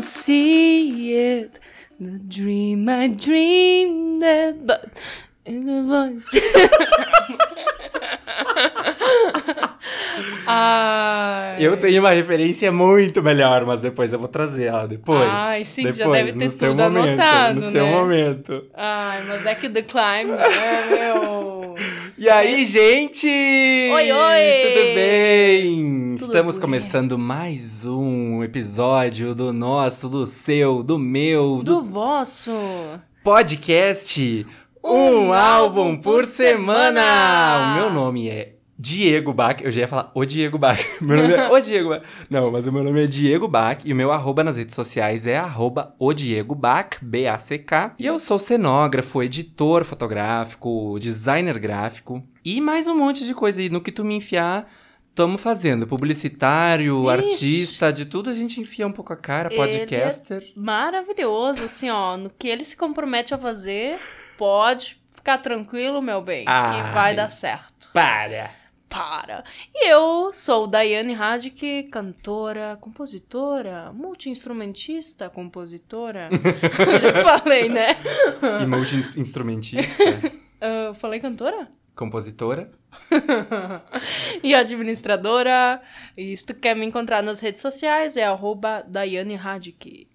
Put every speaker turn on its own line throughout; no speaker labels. see it. The dream I dreamed it, but in the voice.
Ai. Eu tenho uma referência muito melhor, mas depois eu vou trazer ela depois.
Ai, sim,
depois,
já deve ter tudo momento, anotado.
No seu
né?
momento.
Ai, mas é que The Climb, é meu.
E aí, gente!
Oi, oi!
Tudo bem? Tudo Estamos bem. começando mais um episódio do nosso, do seu, do meu,
do, do vosso
podcast. Um, um álbum, álbum por, por semana. semana! O meu nome é Diego Bach. Eu já ia falar o Diego Bach. Meu nome é o Diego Bach. Não, mas o meu nome é Diego Bach e o meu arroba nas redes sociais é arroba o Diego Bach, B-A-C-K. E eu sou cenógrafo, editor fotográfico, designer gráfico e mais um monte de coisa aí. No que tu me enfiar, Tamo fazendo. Publicitário, Ixi. artista, de tudo a gente enfia um pouco a cara, podcaster.
É maravilhoso, assim, ó. No que ele se compromete a fazer, pode ficar tranquilo, meu bem, Ai, que vai dar certo.
Para!
Para! E eu sou Daiane Radic, cantora, compositora, multi-instrumentista, compositora. Já falei, né?
E multi-instrumentista?
uh, falei cantora?
compositora
e administradora. E se tu quer me encontrar nas redes sociais, é arroba Daiane Radic,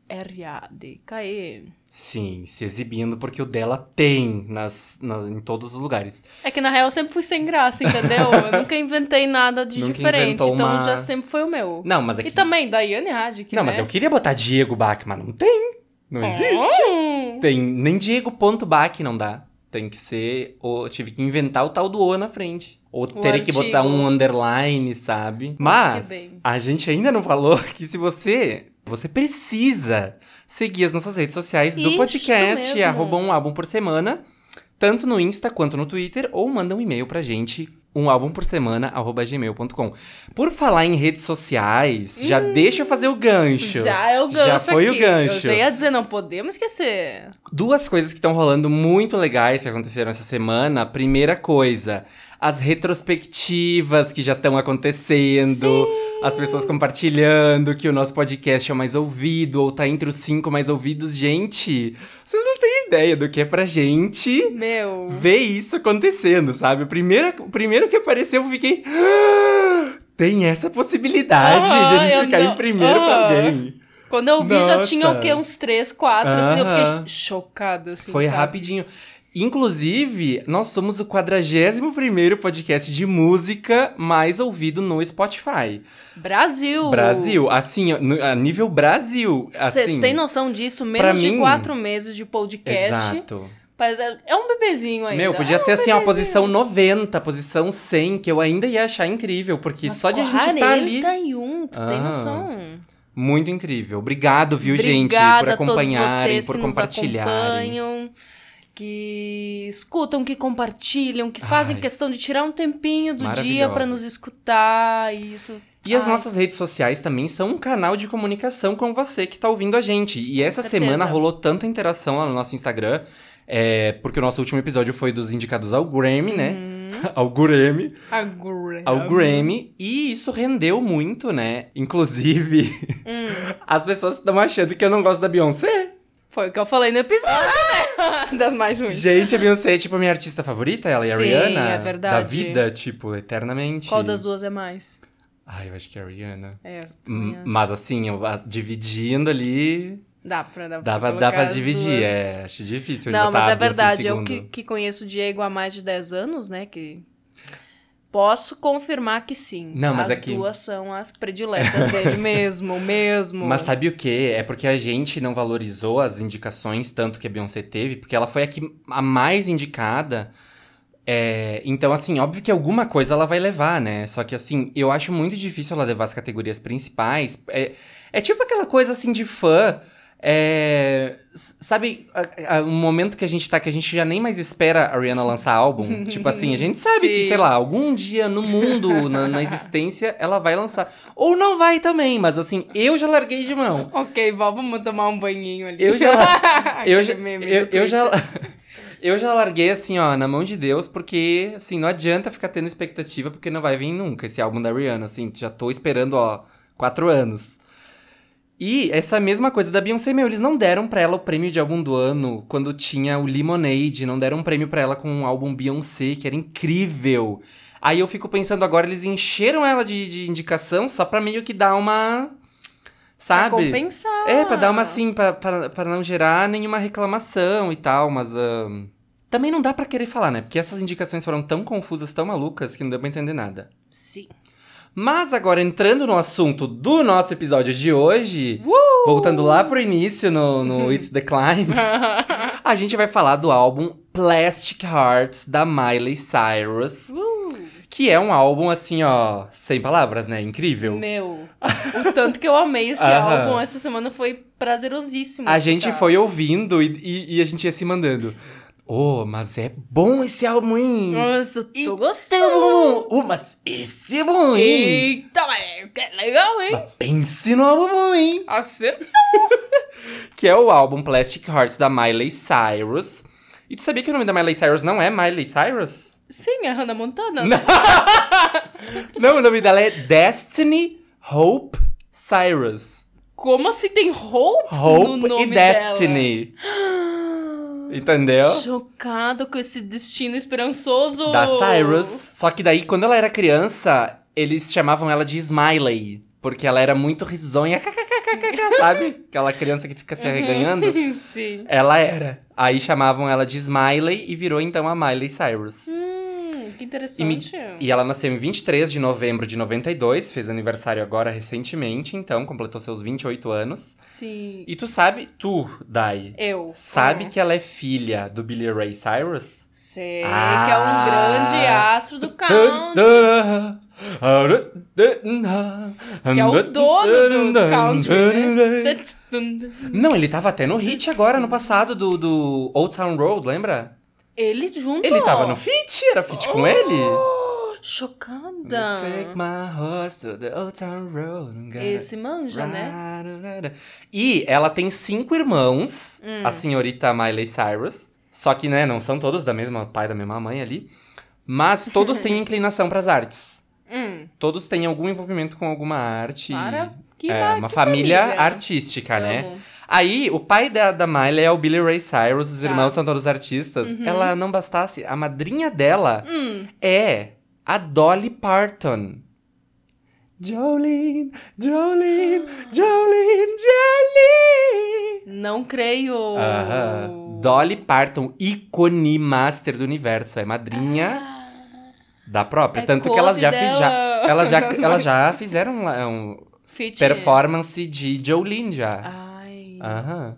R-A-D-K-E.
Sim, se exibindo, porque o dela tem nas, nas, em todos os lugares.
É que na real eu sempre fui sem graça, entendeu? Eu nunca inventei nada de
nunca
diferente, então
uma...
já sempre foi o meu.
Não, mas aqui...
E também Daiane Radic,
Não,
né?
mas eu queria botar Diego Bach, mas não tem. Não
É?
existe. Oh. Tem, nem Diego.Bach não dá. Tem que ser. Ou tive que inventar o tal do O na frente. Ou teria que botar um underline, sabe? Mas a gente ainda não falou que se você. Você precisa seguir as nossas redes sociais do
Isso
podcast,
mesmo.
arroba um álbum por semana, tanto no Insta quanto no Twitter, ou manda um e-mail pra gente, um álbum por semana, arroba gmail.com. Por falar em redes sociais, hum, já deixa eu fazer o gancho.
Já é o gancho.
Já foi
aqui.
o gancho. Eu
já ia dizer, não podemos esquecer.
Duas coisas que estão rolando muito legais que aconteceram essa semana. A primeira coisa, as retrospectivas que já estão acontecendo.
Sim.
As pessoas compartilhando que o nosso podcast é o mais ouvido, ou tá entre os cinco mais ouvidos. Gente, vocês não têm ideia do que é pra gente
Meu.
ver isso acontecendo, sabe? O primeiro, o primeiro que apareceu, eu fiquei. "Ah, Tem essa possibilidade
Ah,
de a gente
eu
ficar
não-
em primeiro pra
Ah.
alguém.
Quando eu vi, já
Nossa.
tinha o quê? Uns três, quatro, assim, eu
Aham.
fiquei chocada, assim,
Foi
sabe?
rapidinho. Inclusive, nós somos o 41º podcast de música mais ouvido no Spotify.
Brasil!
Brasil, assim, ó, no- a nível Brasil,
Vocês
assim.
têm noção disso?
pra
Menos de
mim-
quatro meses de podcast.
Exato.
Parece- é um bebezinho ainda.
Meu, podia
É um
ser assim, ó,
bebezinho.
posição 90, posição 100, que eu ainda ia achar incrível, porque
Mas
só de a gente estar ali.
41, tu tem
Ah.
noção?
Muito incrível. Obrigado, viu, gente, por
Obrigada a todos
acompanharem,
vocês
por
que nos
compartilharem.
acompanham, que escutam, que compartilham, que fazem
Ai.
questão de tirar um tempinho do dia
Maravilhosos.
pra nos escutar. e Isso.
E as
Ai.
nossas redes sociais também são um canal de comunicação com você que tá ouvindo a gente. E essa
certeza.
semana rolou tanta interação lá no nosso Instagram. É, porque o nosso último episódio foi dos indicados ao Grammy, né?
Uhum.
ao Grammy.
A Grammy.
Ao Grammy. E isso rendeu muito, né? Inclusive,
Hum.
as pessoas estão achando que eu não gosto da Beyoncé.
Foi o que eu falei no episódio, né? Das mais ruins.
Ah! Gente, a Beyoncé é tipo minha artista favorita, ela e a
Sim,
Rihanna.
é verdade.
Da vida, tipo, eternamente.
Qual das duas é mais?
Ai, eu acho que é a Rihanna.
É,
Hum,
minhas-
Mas assim, eu, a- dividindo ali,
dá pra, dá pra
dava,
colocar
dá pra
as
dividir.
duas.
É, acho difícil.
Não,
botar
mas
a
é
Beyoncé em
verdade. Eu
segundo.
que, que conheço o Diego há mais de 10 anos, né? Que posso confirmar que sim.
Não, mas
as
é que-
duas são as prediletas dele mesmo, mesmo.
Mas sabe o que? É porque a gente não valorizou as indicações tanto que a Beyoncé teve, porque ela foi a, que, a mais indicada. É, então, assim, óbvio que alguma coisa ela vai levar, né? Só que, assim, eu acho muito difícil ela levar as categorias principais. É, é tipo aquela coisa, assim, de fã. É, s- sabe, a- a- um momento que a gente tá, que a gente já nem mais espera a Rihanna lançar álbum. tipo assim, a gente sabe que,
Sim.
sei lá, algum dia no mundo, na- na existência, ela vai lançar. Ou não vai também, mas assim, eu já larguei de mão.
Ok, Val, vamos tomar um banhinho ali.
Eu já. eu,
Aquele
já
meme
eu,
do
eu já. Eu já larguei assim, ó, na mão de Deus, porque, assim, não adianta ficar tendo expectativa, porque não vai vir nunca esse álbum da Rihanna, assim, já tô esperando, ó, quatro anos. E essa mesma coisa da Beyoncé, meu, eles não deram pra ela o prêmio de álbum do ano quando tinha o Lemonade, não deram um prêmio pra ela com o álbum Beyoncé, que era incrível. Aí eu fico pensando agora, eles encheram ela de, de indicação só pra meio que dar uma.
Pra
Sabe?
compensar.
É, pra dar uma assim, pra, pra, pra não gerar nenhuma reclamação e tal, mas. ahn, Também não dá pra querer falar, né? Porque essas indicações foram tão confusas, tão malucas, que não deu pra entender nada.
Sim.
Mas agora, entrando no assunto do nosso episódio de hoje,
Uh!
voltando lá pro início, no, no It's the Climb, a gente vai falar do álbum Plastic Hearts, da Miley Cyrus,
Uh,
que é um álbum, assim, ó, sem palavras, né? Incrível.
meu, o tanto que eu amei esse
Aham.
álbum essa semana foi prazerosíssimo.
A gente
escutar.
foi ouvindo e, e- e a gente ia se mandando. Oh, mas é bom esse álbum, hein?
Nossa, eu
Então,
tô gostando.
Oh, mas esse é bom, hein?
Eita, mas que legal, hein?
Pense no álbum bom, hein?
Acertou.
Que é o álbum Plastic Hearts da Miley Cyrus. E tu sabia que o nome da Miley Cyrus não é Miley Cyrus?
Sim, é Hannah Montana.
Não, o nome dela é Destiny Hope Cyrus.
Como assim tem Hope,
Hope
no nome
e Destiny.
dela?
Entendeu?
Chocado com esse destino esperançoso.
da Cyrus. Só que daí, quando ela era criança, eles chamavam ela de Smiley. Porque ela era muito risonha, kkkk, sabe? Aquela criança que fica
Uhum.
se arreganhando.
Sim.
Ela era. Aí chamavam ela de Smiley e virou então a Miley Cyrus.
Hum, que
E, me-
interessante.
e ela nasceu em 23 de novembro de 92, fez aniversário agora recentemente, então completou seus 28 anos.
Sim.
E tu sabe, tu, Dai,
Eu.
sabe
Ah,
que ela é filha do Billy Ray Cyrus?
Sei que é um
Ah.
grande astro do country. Que
Que
é o dono do country, né? Tum, tum, tum.
Não, ele tava até no hit agora, no passado, do, do Old Town Road, lembra?
Ele junto.
Ele tava no feat, era feat com ele. Take
Chocada.
my horse to the Old Town Road. and gotta
Esse manja, né?
né? E ela tem cinco irmãos,
Hum.
a senhorita Miley Cyrus. Só que, né, não são todos da mesma pai, da mesma mãe ali. Mas todos têm inclinação pras artes.
Hum,
Todos têm algum envolvimento com alguma arte.
para. Que
é,
ma-
uma
que
família,
família.
artística, né?
Amo.
Aí, o pai da, da Miley é o Billy Ray Cyrus, os
Tá. Uhum.
irmãos são todos artistas. Ela não bastasse, a madrinha dela
Hum.
é a Dolly Parton. Jolene, Jolene,
Ah.
Jolene, Jolene.
Não creio.
Aham. Dolly Parton, ícone master do universo, é
Ah.
madrinha da própria.
É
Tanto que elas já,
clone
fiz- já-
dela.
elas já elas já fizeram lá um
Fit.
performance de Jolene já.
Ai,
Ah. Aham.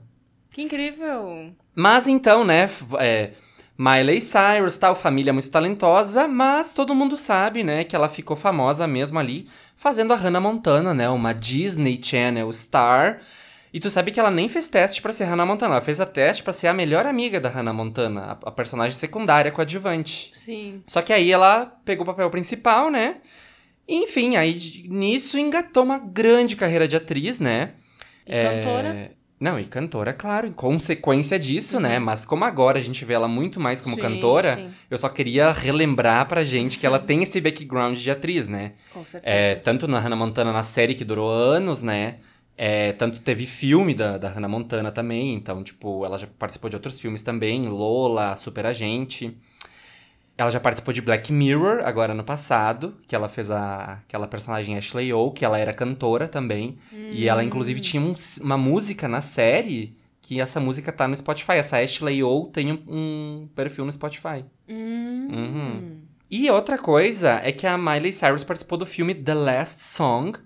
que incrível.
Mas então, né, f- é, Miley Cyrus, tal, família muito talentosa, mas todo mundo sabe, né, que ela ficou famosa mesmo ali fazendo a Hannah Montana, né, uma Disney Channel star. E tu sabe que ela nem fez teste pra ser Hannah Montana, ela fez a teste pra ser a melhor amiga da Hannah Montana, a, a personagem secundária coadjuvante.
Sim.
Só que aí ela pegou o papel principal, né? Enfim, aí de- nisso engatou uma grande carreira de atriz, né?
E cantora.
Não, e cantora, claro, em consequência disso, né? Mas como agora a gente vê ela muito mais como
Uhum. Sim,
cantora,
sim.
eu só queria relembrar pra gente que ela tem esse background de atriz, né?
Com certeza.
É, tanto na Hannah Montana na série que durou anos, né? É, tanto teve filme da, da Hannah Montana também, então, tipo, ela já participou de outros filmes também, Lola, Super Agente. Ela já participou de Black Mirror, agora no passado, que ela fez a, aquela personagem Ashley O, que ela era cantora também. E ela, inclusive, tinha um s- uma música na série que essa música tá no Spotify. Essa Ashley O tem um- um perfil no Spotify.
Hum.
Uhum. E outra coisa é que a Miley Cyrus participou do filme The Last Song,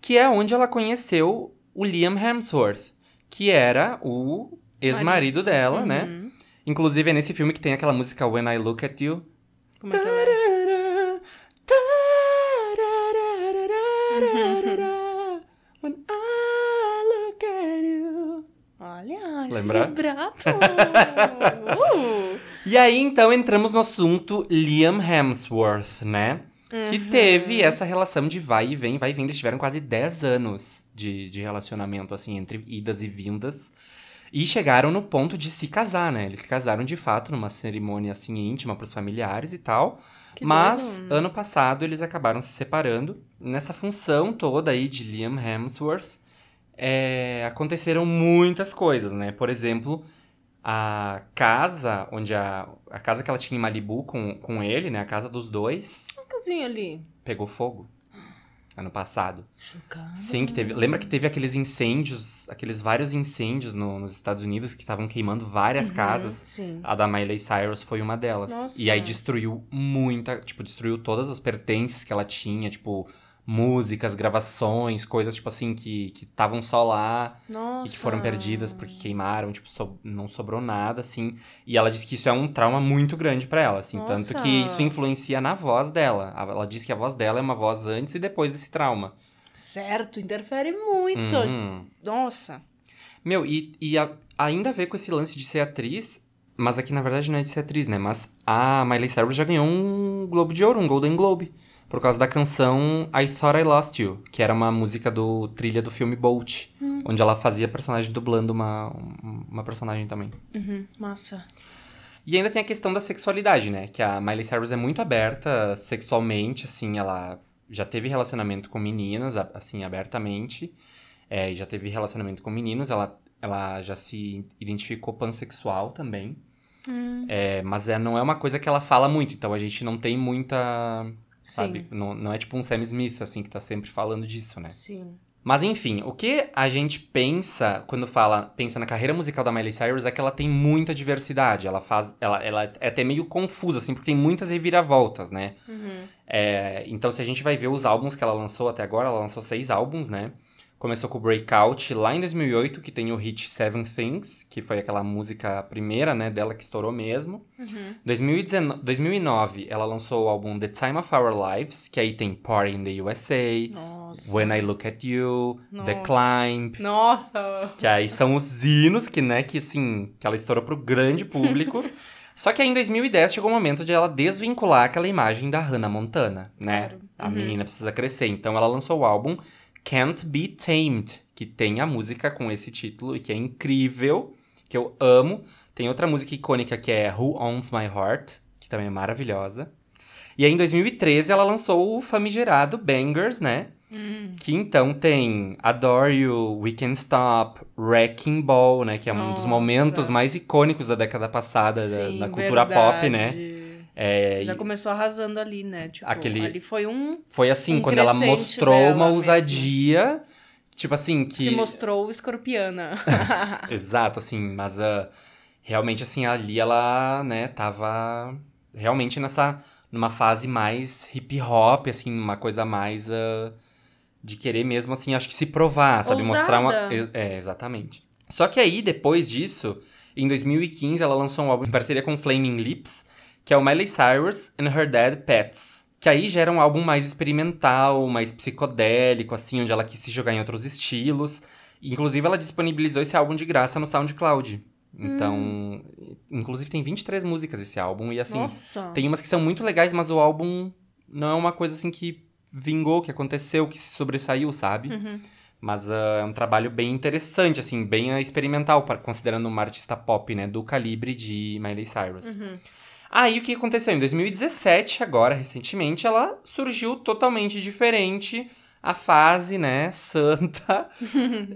que é onde ela conheceu o Liam Hemsworth, que era o ex-marido dela, né?
Uhum.
Inclusive é nesse filme que tem aquela música When I Look at You.
Como é que ela é? Uhum.
When I look at you.
é? Olha, esse
Lembrar?
vibrato! uh.
E aí, então, entramos no assunto Liam Hemsworth, né? Que teve essa relação de vai e vem, vai e vem. Eles tiveram quase 10 anos de, de relacionamento, assim, entre idas e vindas. E chegaram no ponto de se casar, né? Eles se casaram de fato numa cerimônia, assim, íntima pros familiares e tal.
Que
Mas,
doido.
ano passado, eles acabaram se separando. Nessa função toda aí de Liam Hemsworth, é, aconteceram muitas coisas, né? Por exemplo, a casa onde a, a casa que ela tinha em Malibu com, com ele, né? A casa dos dois,
Uma cozinha ali.
pegou fogo ano passado.
Chocado.
Sim, que teve. Lembra que teve aqueles incêndios, aqueles vários incêndios no- nos Estados Unidos que estavam queimando várias
Uhum.
casas?
Sim.
A da Miley Cyrus foi uma delas.
Nossa.
E aí destruiu muita, tipo, destruiu todas as pertences que ela tinha, tipo, músicas, gravações, coisas, tipo assim, que que estavam só lá
Nossa.
e que foram perdidas porque queimaram, tipo, so- não sobrou nada, assim. E ela diz que isso é um trauma muito grande pra ela, assim. Tanto que
Nossa.
isso influencia na voz dela. A- Ela diz que a voz dela é uma voz antes e depois desse trauma.
Certo, interfere muito.
Uhum.
Nossa.
Meu, e, e a- ainda a ver com esse lance de ser atriz, mas aqui na verdade não é de ser atriz, né? Mas a Miley Cyrus já ganhou um Globo de Ouro, um Golden Globe, por causa da canção I Thought I Lost You, que era uma música do trilha do filme Bolt, onde ela fazia personagem dublando uma, um- uma personagem também.
Uhum, massa.
E ainda tem a questão da sexualidade, né? Que a Miley Cyrus é muito aberta sexualmente, assim, ela já teve relacionamento com meninas, a- assim, abertamente. É, e já teve relacionamento com meninos, ela, ela já se identificou pansexual também. É, mas é, não é uma coisa que ela fala muito, então a gente não tem muita. Sabe?
Sim.
Não, não é tipo um Sam Smith, assim, que tá sempre falando disso, né?
Sim.
Mas enfim, o que a gente pensa quando fala, pensa na carreira musical da Miley Cyrus é que ela tem muita diversidade. Ela faz, ela, ela é até meio confusa assim, porque tem muitas reviravoltas, né? É, então se a gente vai ver os álbuns que ela lançou até agora, ela lançou seis álbuns, né? Começou com o Breakout lá em 2008, que tem o hit Seven Things, que foi aquela música primeira, né, dela que estourou mesmo. 2019 2009, ela lançou o álbum The Time of Our Lives, que aí tem Party in the USA,
Nossa.
When I Look at You, The
Nossa.
Climb,
Nossa.
que aí são os hinos que, né, que assim, que ela estourou pro grande público. Só que aí em 2010 chegou o momento de ela desvincular aquela imagem da Hannah Montana, né?
Claro. Uhum.
A menina precisa crescer. Então ela lançou o álbum Can't Be Tamed, que tem a música com esse título e que é incrível, que eu amo. Tem outra música icônica que é Who Owns My Heart, que também é maravilhosa. E aí em 2013 ela lançou o famigerado Bangers, né?
Uhum.
Que então tem Adore You, We Can Stop, Wrecking Ball, né? Que é um dos
Nossa.
momentos mais icônicos da década passada da-
Sim,
da, cultura pop, né?
verdade.
É,
Já
e
começou arrasando ali, né? Tipo,
Aquele-
ali foi um.
foi assim,
um
quando ela
crescente
mostrou
dela
uma
mesmo.
ousadia, tipo assim, que.
Se mostrou escorpiana.
Exato, assim, mas ah, realmente, assim, ali ela, né, tava realmente nessa, numa fase mais hip hop, assim, uma coisa mais ah, de querer mesmo, assim, acho que se provar, sabe? Mostrar uma.
Ousada.
É, exatamente. Só que aí, depois disso, em 2015, ela lançou um álbum em parceria com Flaming Lips, que é o Miley Cyrus and Her Dead Pets. Que aí já era um álbum mais experimental, mais psicodélico, assim, onde ela quis se jogar em outros estilos. Inclusive, ela disponibilizou esse álbum de graça no SoundCloud. Então, inclusive tem 23 músicas esse álbum. E assim,
Nossa.
tem umas que são muito legais, mas o álbum não é uma coisa assim que vingou, que aconteceu, que se sobressaiu, sabe? Mas ah, é um trabalho bem interessante, assim, bem ah, experimental, pra- considerando uma artista pop, né? Do calibre de Miley Cyrus. Aí o que aconteceu? Em 2017, agora, recentemente, ela surgiu totalmente diferente a fase, né, santa,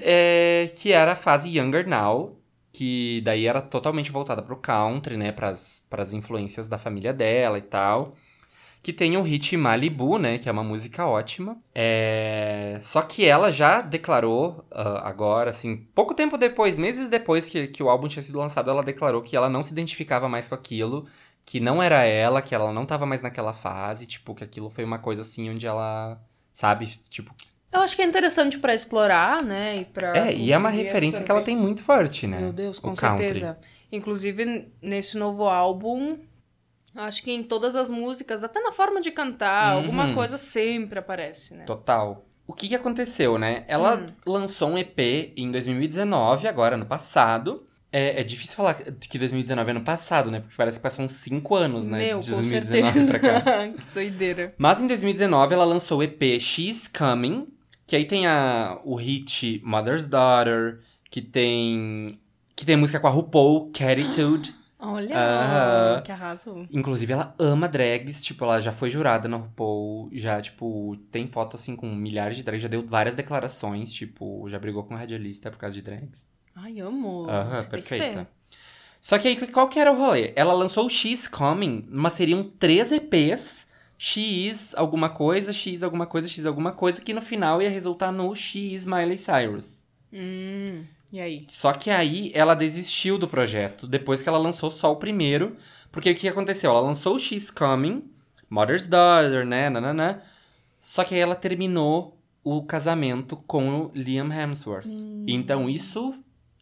é, que era a fase Younger Now, que daí era totalmente voltada pro country, né, pras, pras influências da família dela e tal. Que tem o hit Malibu, né, que é uma música ótima. É, Só que ela já declarou ah, agora, assim, pouco tempo depois, meses depois que, que o álbum tinha sido lançado, ela declarou que ela não se identificava mais com aquilo que não era ela, que ela não tava mais naquela fase, tipo, que aquilo foi uma coisa assim onde ela, sabe, tipo.
Eu acho que é interessante pra explorar, né? E pra
É, e é uma
conseguir
referência que
absorver.
ela tem muito forte, né?
Meu Deus, com
o country.
certeza. Inclusive, n- nesse novo álbum, acho que em todas as músicas, até na forma de cantar,
Uhum.
alguma coisa sempre aparece, né?
Total. O que, que aconteceu, né? Ela
Hum.
lançou um EP em 2019, agora ano passado. É, é difícil falar que 2019 é ano passado, né? Porque parece que passaram cinco anos, né?
Meu,
de
com
2019
certeza.
pra cá.
que doideira.
Mas em 2019 ela lançou o EP She's Coming, que aí tem a, o hit Mother's Daughter, que tem. que tem música com a RuPaul, Catitude.
Olha,
Ah.
que arraso.
Inclusive, ela ama drags, tipo, ela já foi jurada na RuPaul, já, tipo, tem foto, assim, com milhares de drags, já deu várias declarações, tipo, já brigou com a radialista por causa de drags.
Ai, amo.
Aham,
Isso tem que ser.
perfeita. Só que aí, qual que era o rolê? Ela lançou o She's Coming, mas seriam três EPs, X alguma coisa, X alguma coisa, X alguma coisa, que no final ia resultar no X Miley Cyrus.
Hum, e aí?
Só que aí ela desistiu do projeto depois que ela lançou só o primeiro. Porque o que aconteceu? Ela lançou o She's Coming, Mother's Daughter, né? Nananã. Só que aí ela terminou o casamento com o Liam Hemsworth. Então isso.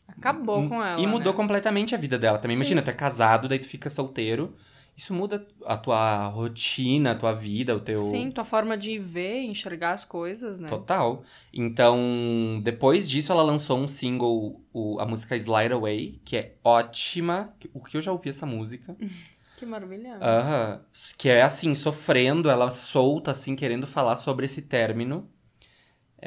Acabou com ela.
Hum, E mudou
Hum. né?
completamente a vida dela também.
Sim.
Imagina, tu é casado, daí tu fica solteiro. Isso muda a tua rotina, a tua vida, o teu.
Sim, tua forma de ver, enxergar as coisas, né?
Total. Então, depois disso, ela lançou um single, o- a música Slide Away, que é ótima. O que eu já ouvi essa música.
Que maravilha.
Ah, Aham. Que é assim, sofrendo, ela solta, assim, querendo falar sobre esse término.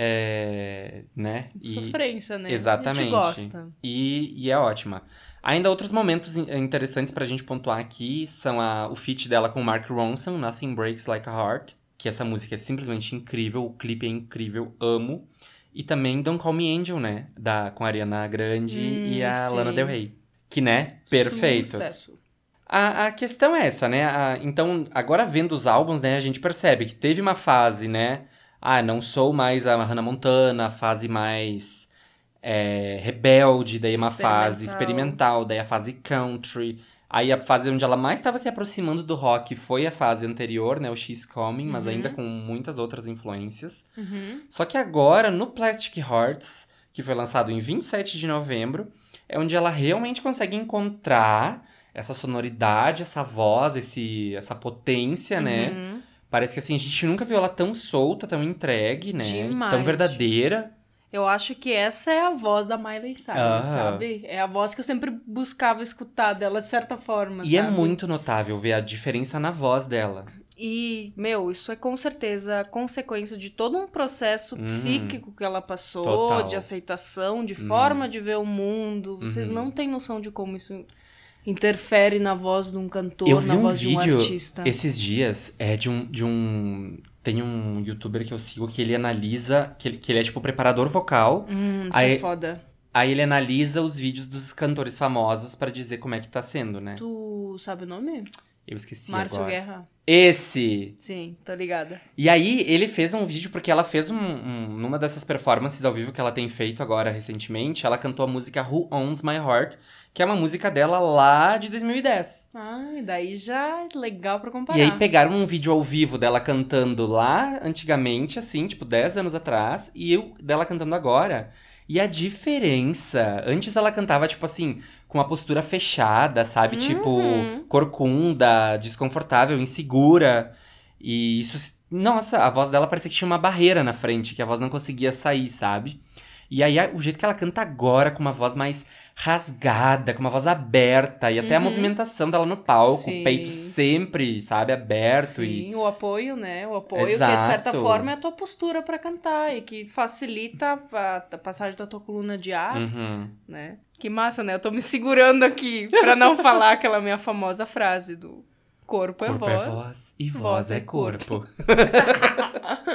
É, né? E-
Sofrência, né? A
Exatamente.
gente gosta.
E, e é ótima. Ainda outros momentos in- interessantes pra gente pontuar aqui são a- o feat dela com o Mark Ronson, Nothing Breaks Like a Heart, que essa música é simplesmente incrível, o clipe é incrível, amo. E também Don't Call Me Angel, né? Da, com a Ariana Grande
Hum,
e a Lana
sim.
Del Rey. Que, né? Perfeitos.
Sucesso.
A, a questão é essa, né? A- então, agora vendo os álbuns, né, a gente percebe que teve uma fase, né? Ah, não sou mais a Hannah Montana, a fase mais é, rebelde, daí uma fase
Experimental.
experimental, daí a fase country. Aí a fase onde ela mais estava se aproximando do rock foi a fase anterior, né? O She's Coming, mas ainda com muitas outras influências.
Uhum.
Só que agora, no Plastic Hearts, que foi lançado em 27 de novembro, é onde ela realmente consegue encontrar essa sonoridade, essa voz, esse, essa potência, né?
Uhum.
Parece que assim, a gente nunca viu ela tão solta, tão entregue, né? E Tão
Demais.
verdadeira.
Eu acho que essa é a voz da Miley Cyrus,
Ah.
sabe? É a voz que eu sempre buscava escutar dela de certa forma.
E é
sabe?
muito notável ver a diferença na voz dela.
E, meu, isso é com certeza consequência de todo um processo
Uhum.
psíquico que ela passou,
Total.
de aceitação, de forma de ver o mundo. Vocês
Uhum.
não têm noção de como isso interfere na voz de um cantor,
eu vi
na
um
voz de
vídeo
um artista.
esses dias é de um de um tem um youtuber que eu sigo que ele analisa que ele, que ele é tipo preparador vocal
Hum, isso
Aí-
é foda.
Aí ele analisa os vídeos dos cantores famosos pra dizer como é que tá sendo, né?
Tu sabe o nome?
Eu esqueci
Márcio
agora.
Guerra.
Esse!
Sim, tô ligada.
E aí ele fez um vídeo porque ela fez um, um- numa dessas performances ao vivo que ela tem feito agora recentemente, ela cantou a música Who Owns My Heart, que é uma música dela lá de 2010.
Ai, daí já é legal pra comparar.
E aí pegaram um vídeo ao vivo dela cantando lá antigamente, assim, tipo 10 anos atrás, e eu dela cantando agora. E a diferença. Antes ela cantava, tipo assim, com uma postura fechada, sabe?
Uhum.
Tipo, corcunda, desconfortável, insegura. E isso. se- Nossa, a voz dela parecia que tinha uma barreira na frente, que a voz não conseguia sair, sabe? E aí a- o jeito que ela canta agora, com uma voz mais rasgada, com uma voz aberta, e até a movimentação dela no palco,
Uhum. Sim.
o peito sempre, sabe, aberto e
Sim, o apoio, né? O apoio que, de
Exato.
certa forma, é a tua postura pra cantar e que facilita a, a passagem da tua coluna de ar,
Uhum.
né? Que massa, né? Eu tô me segurando aqui pra não falar aquela minha famosa frase do corpo,
Corpo
é voz.
é voz e voz, é corpo.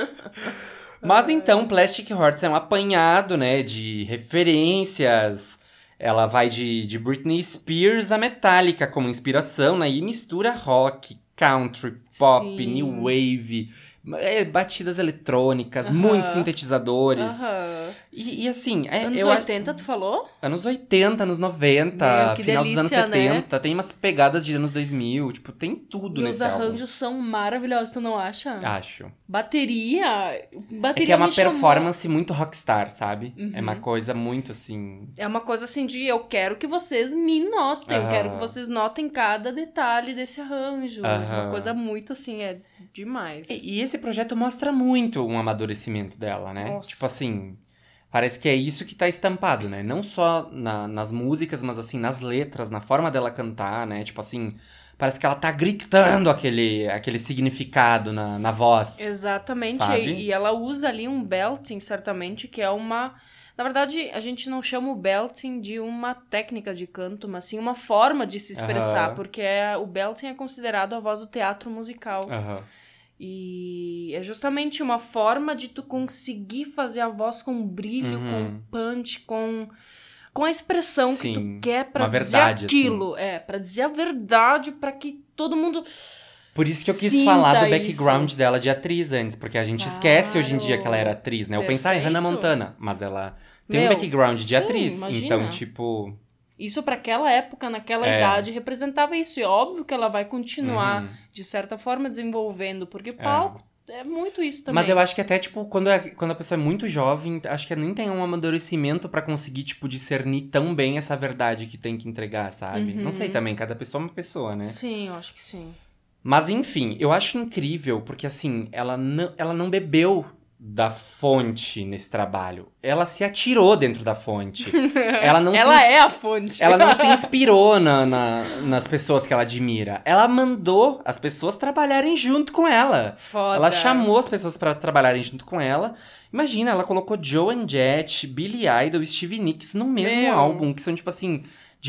Mas então, Plastic Hearts é um apanhado, né, de referências. Ela vai de, de Britney Spears a Metallica como inspiração, né, e mistura rock, country, pop,
Sim.
new wave, é, batidas eletrônicas,
Aham.
muitos sintetizadores.
Aham.
E, e assim, é,
Anos
eu a-
80, tu falou?
Anos 80, anos 90,
Meu, que
final dos
delícia, né?
anos 70, tem umas pegadas de anos 2000, tipo, tem tudo
e
nesse
os arranjos são maravilhosos, tu não acha?
álbum. Acho.
Bateria.
É
Bateria
que é uma
me chamou.
performance muito rockstar, sabe?
Uhum.
É uma coisa muito assim.
É uma coisa assim de eu quero que vocês me notem, eu
Aham.
quero que vocês notem cada detalhe desse arranjo. É Uma
Aham.
coisa muito assim, é demais.
E, e esse projeto mostra muito um amadurecimento dela, né?
Nossa.
Tipo assim, parece que é isso que tá estampado, né? Não só na- nas músicas, mas assim, nas letras, na forma dela cantar, né? Tipo assim, parece que ela tá gritando aquele, aquele significado na, na voz.
Exatamente.
Sabe?
E, e ela usa ali um belting, certamente, que é uma. Na verdade, a gente não chama o belting de uma técnica de canto, mas sim uma forma de se expressar,
Aham.
porque é- o belting é considerado a voz do teatro musical.
Aham.
E é justamente uma forma de tu conseguir fazer a voz com brilho,
Uhum.
com punch, com com a expressão que tu
Sim,
quer pra
uma
dizer
verdade, assim.
aquilo, é, pra dizer a verdade, pra que todo mundo
Por isso que eu quis
Sinta
falar do
isso.
background dela de atriz antes, porque a gente esquece hoje em dia
Claro.
que ela era atriz, né? Eu pensava em
Perfeito.
Hannah Montana, mas ela tem
Meu,
um background de
sim,
atriz,
imagina.
então, tipo.
isso pra aquela época, naquela
É.
idade representava isso, e óbvio que ela vai continuar
uhum.
de certa forma desenvolvendo, porque palco é muito isso também.
Mas eu acho que até, tipo, quando a, quando a pessoa é muito jovem, acho que nem tem um amadurecimento pra conseguir, tipo, discernir tão bem essa verdade que tem que entregar, sabe?
Uhum.
Não sei também, cada pessoa é uma pessoa, né?
Sim, eu acho que sim.
Mas enfim, eu acho incrível porque assim, ela não, ela não bebeu da fonte nesse trabalho. Ela se atirou dentro da fonte. ela não
ela
se,
é a fonte.
ela não se inspirou na, na- nas pessoas que ela admira. Ela mandou as pessoas trabalharem junto com ela.
Foda.
Ela chamou as pessoas pra trabalharem junto com ela. Imagina, ela colocou Joan Jett, Billy Idol e Steve Nicks no mesmo
Meu.
álbum, que são tipo assim,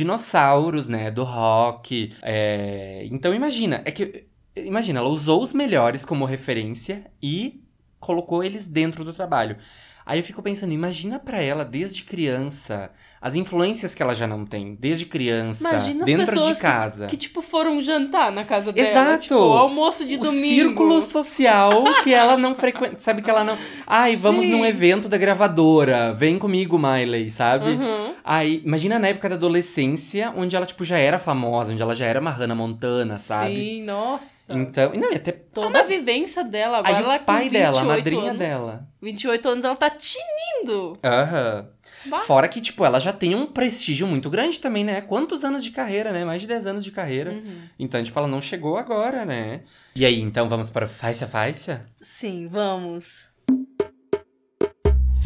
dinossauros, né, do rock. É, Então imagina, é que imagina, ela usou os melhores como referência e colocou eles dentro do trabalho. Aí eu fico pensando, imagina pra ela desde criança, as influências que ela já não tem desde criança,
Imagina as
dentro
pessoas
de casa.
Que, tipo, foram jantar na casa dela.
Exato.
Tipo, o almoço de
o
domingo.
círculo social que ela não frequenta. Sabe que ela não. Ai, vamos
Sim.
num evento da gravadora. Vem comigo, Miley, sabe?
Uhum.
Aí, imagina na época da adolescência, onde ela, tipo, já era famosa, onde ela já era uma Hannah Montana, sabe?
Sim, nossa.
Então. e Não, e até.
Toda a vivência dela. Agora
Aí
ela
o
com
pai dela, a
28
madrinha
anos.
dela.
28 anos, ela tá tinindo.
Aham.
Bah.
Fora que, tipo, ela já tem um prestígio muito grande também, né? Quantos anos de carreira, né? Mais de 10 anos de carreira.
Uhum.
Então, tipo, ela não chegou agora, né? E aí, então, vamos para o Faixa Faixa?
Sim, vamos.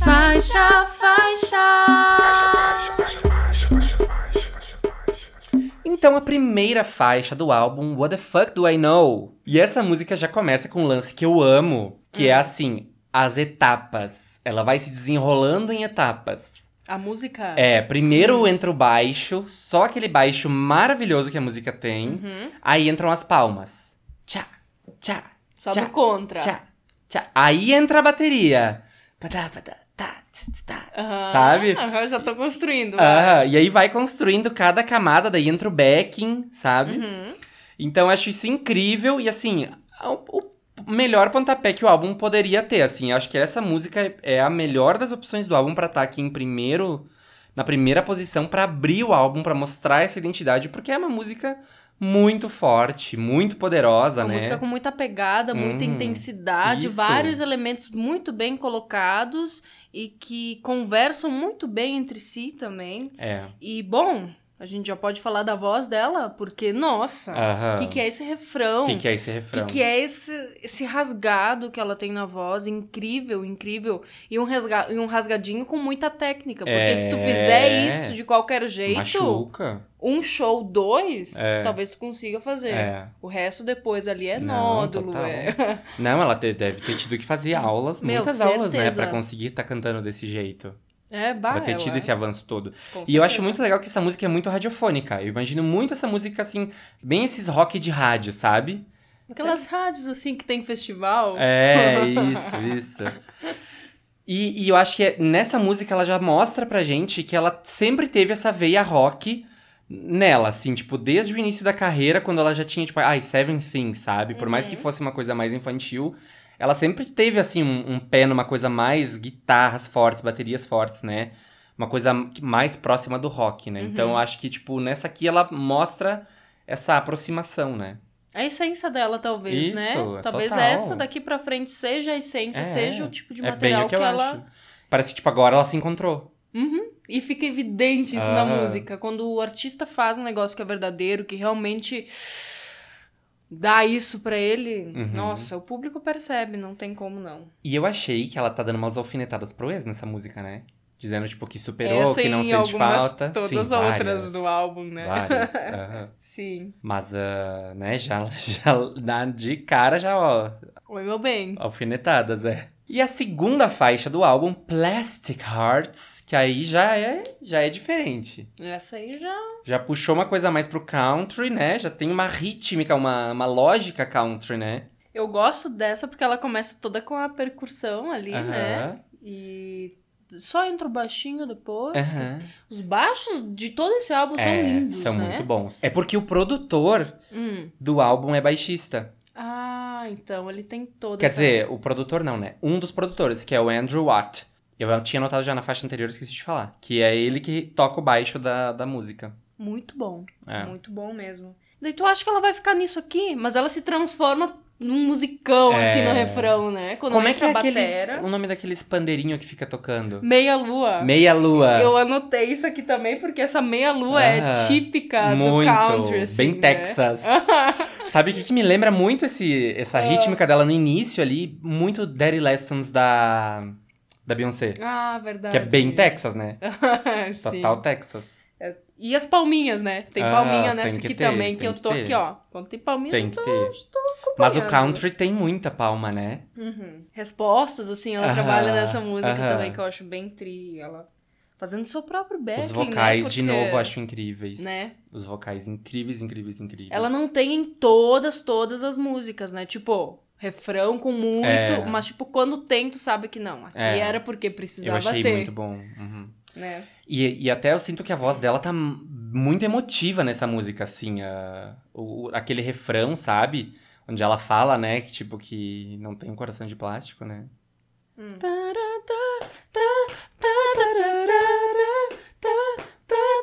Faixa, faixa.
Então a primeira faixa do álbum What the Fuck Do I Know? E essa música já começa com um lance que eu amo, que é assim, as etapas. Ela vai se desenrolando em etapas.
A música.
É, primeiro entra o baixo, só aquele baixo maravilhoso que a música tem. Aí entram as palmas. Tchá, tchá,
Só
tchá,
do contra.
Tchá, tchá. Aí entra a bateria. Padá, padá, tá, tch, tá.
Aham.
Sabe? Ah,
Aham, eu já tô construindo.
Aham, e aí vai construindo cada camada, daí entra o backing, sabe?
Uhum.
Então eu acho isso incrível e assim, o, o melhor pontapé que o álbum poderia ter, assim, eu acho que essa música é a melhor das opções do álbum pra estar aqui em primeiro, na primeira posição pra abrir o álbum, pra mostrar essa identidade, porque é uma música muito forte, muito poderosa,
Uma
né?
música com muita pegada, muita
Hum,
intensidade,
isso.
vários elementos muito bem colocados e que conversam muito bem entre si também.
É.
E bom, A gente já pode falar da voz dela, porque, nossa,
Aham.
o que, que é esse refrão?
O Ah. que, que é esse
O que,
refrão?
que é esse, esse rasgado que ela tem na voz? Incrível, incrível. E um, rasga, e um rasgadinho com muita técnica. Porque
É.
se tu fizer isso de qualquer jeito,
Machuca?
um show, dois,
É.
talvez tu consiga fazer.
É.
O resto depois ali é
Não,
nódulo.
total.
É.
Não, ela te- deve ter tido que fazer aulas,
Meu,
muitas aulas, né?
certeza.
Pra conseguir estar cantando desse jeito.
é, bah,
Pra ter tido
ela-
esse avanço todo.
com
E eu acho
certeza.
muito legal que essa música é muito radiofônica. Eu imagino muito essa música, assim, bem esses rock de rádio, sabe?
Aquelas rádios assim que tem festival.
É, isso, isso. E, e eu acho que é- nessa música ela já mostra pra gente que ela sempre teve essa veia rock nela, assim, tipo, desde o início da carreira, quando ela já tinha, tipo, ai, Seven Things, sabe? Por mais que
Uhum.
fosse uma coisa mais infantil, ela sempre teve, assim, um, um pé numa coisa mais guitarras fortes, baterias fortes, né? Uma coisa que- mais próxima do rock,
Uhum.
né? Então eu acho que, tipo, nessa aqui ela mostra essa aproximação, né?
A essência dela, talvez,
Isso,
né?
é
Talvez
total.
essa daqui pra frente seja a essência,
É,
seja o tipo de
é
material
bem o que, eu
ela.
acho. Parece que, tipo, agora ela se encontrou.
E fica evidente isso na
Aham.
música. Quando o artista faz um negócio que é verdadeiro, que realmente dá isso pra ele,
Uhum.
nossa, o público percebe, não tem como não.
E eu achei que ela tá dando umas alfinetadas pro ex nessa música, né? Dizendo, tipo, que superou,
Essa
que
e
não sente
É, algumas-
falta.
Todas
Sim,
as outras
várias,
do álbum, né?
Várias. aham.
Sim.
Mas, ah, né, já, já na- de cara já, ó,
Oi, meu bem.
alfinetadas, é. E a segunda faixa do álbum, Plastic Hearts, que aí já é, já é diferente.
Essa aí já.
Já puxou uma coisa mais pro country, né? Já tem uma rítmica, uma, uma lógica country, né?
Eu gosto dessa porque ela começa toda com a percussão ali, né?
Aham.
E só entra o baixinho depois.
Aham.
Os baixos de todo esse álbum são
É,
lindos,
são
né?
muito bons. É porque o produtor
Hum.
do álbum é baixista.
Ah, então ele tem toda
Quer
essa-
dizer, o produtor não, né? Um dos produtores, que é o Andrew Watt. Eu tinha notado já na faixa anterior, esqueci de falar. Que é ele que toca o baixo da, da música.
Muito bom.
É.
Muito bom mesmo. Daí tu acha que ela vai ficar nisso aqui, mas ela se transforma num musicão,
É.
assim, no refrão, né? Quando
Como é que
entra
é
a
aqueles,
batera,
o nome daqueles pandeirinho que fica tocando?
meia lua.
Meia Lua.
Eu anotei isso aqui também, porque essa meia lua é
Ah,
típica
muito.
do country, assim,
Bem
né?
Texas. Sabe o que, que me lembra muito esse,
É.
essa rítmica dela no início ali? Muito Daddy Lessons da, da Beyoncé.
ah, verdade.
Que é bem Texas, né?
Sim.
Total Texas.
E as palminhas, né? Tem
Ah,
palminha
tem
nessa
que
aqui
ter,
também, que
tem
eu
que
tô
ter.
aqui, ó. Quando tem palminha,
Tem
eu tô,
que ter.
estou
Mas o
acompanhando.
country tem muita palma, né?
Uhum. Respostas, assim, ela
Aham,
trabalha nessa música
aham.
também, que eu acho bem tri. Ela fazendo seu próprio backing,
Os vocais,
né?
de
Porque,
novo, acho incríveis.
Né?
Os vocais incríveis, incríveis, incríveis.
Ela não tem em todas, todas as músicas, né? Tipo, refrão com muito,
É.
mas tipo, quando tem, tu sabe que não. Aqui
É.
era porque
Eu
precisava
achei
ter,
muito bom. uhum.
né?
E, e até eu sinto que a voz dela tá m- muito emotiva nessa música, assim. a- o, o- aquele refrão, sabe? Onde ela fala, né? Que tipo, que não tem um coração de plástico, né?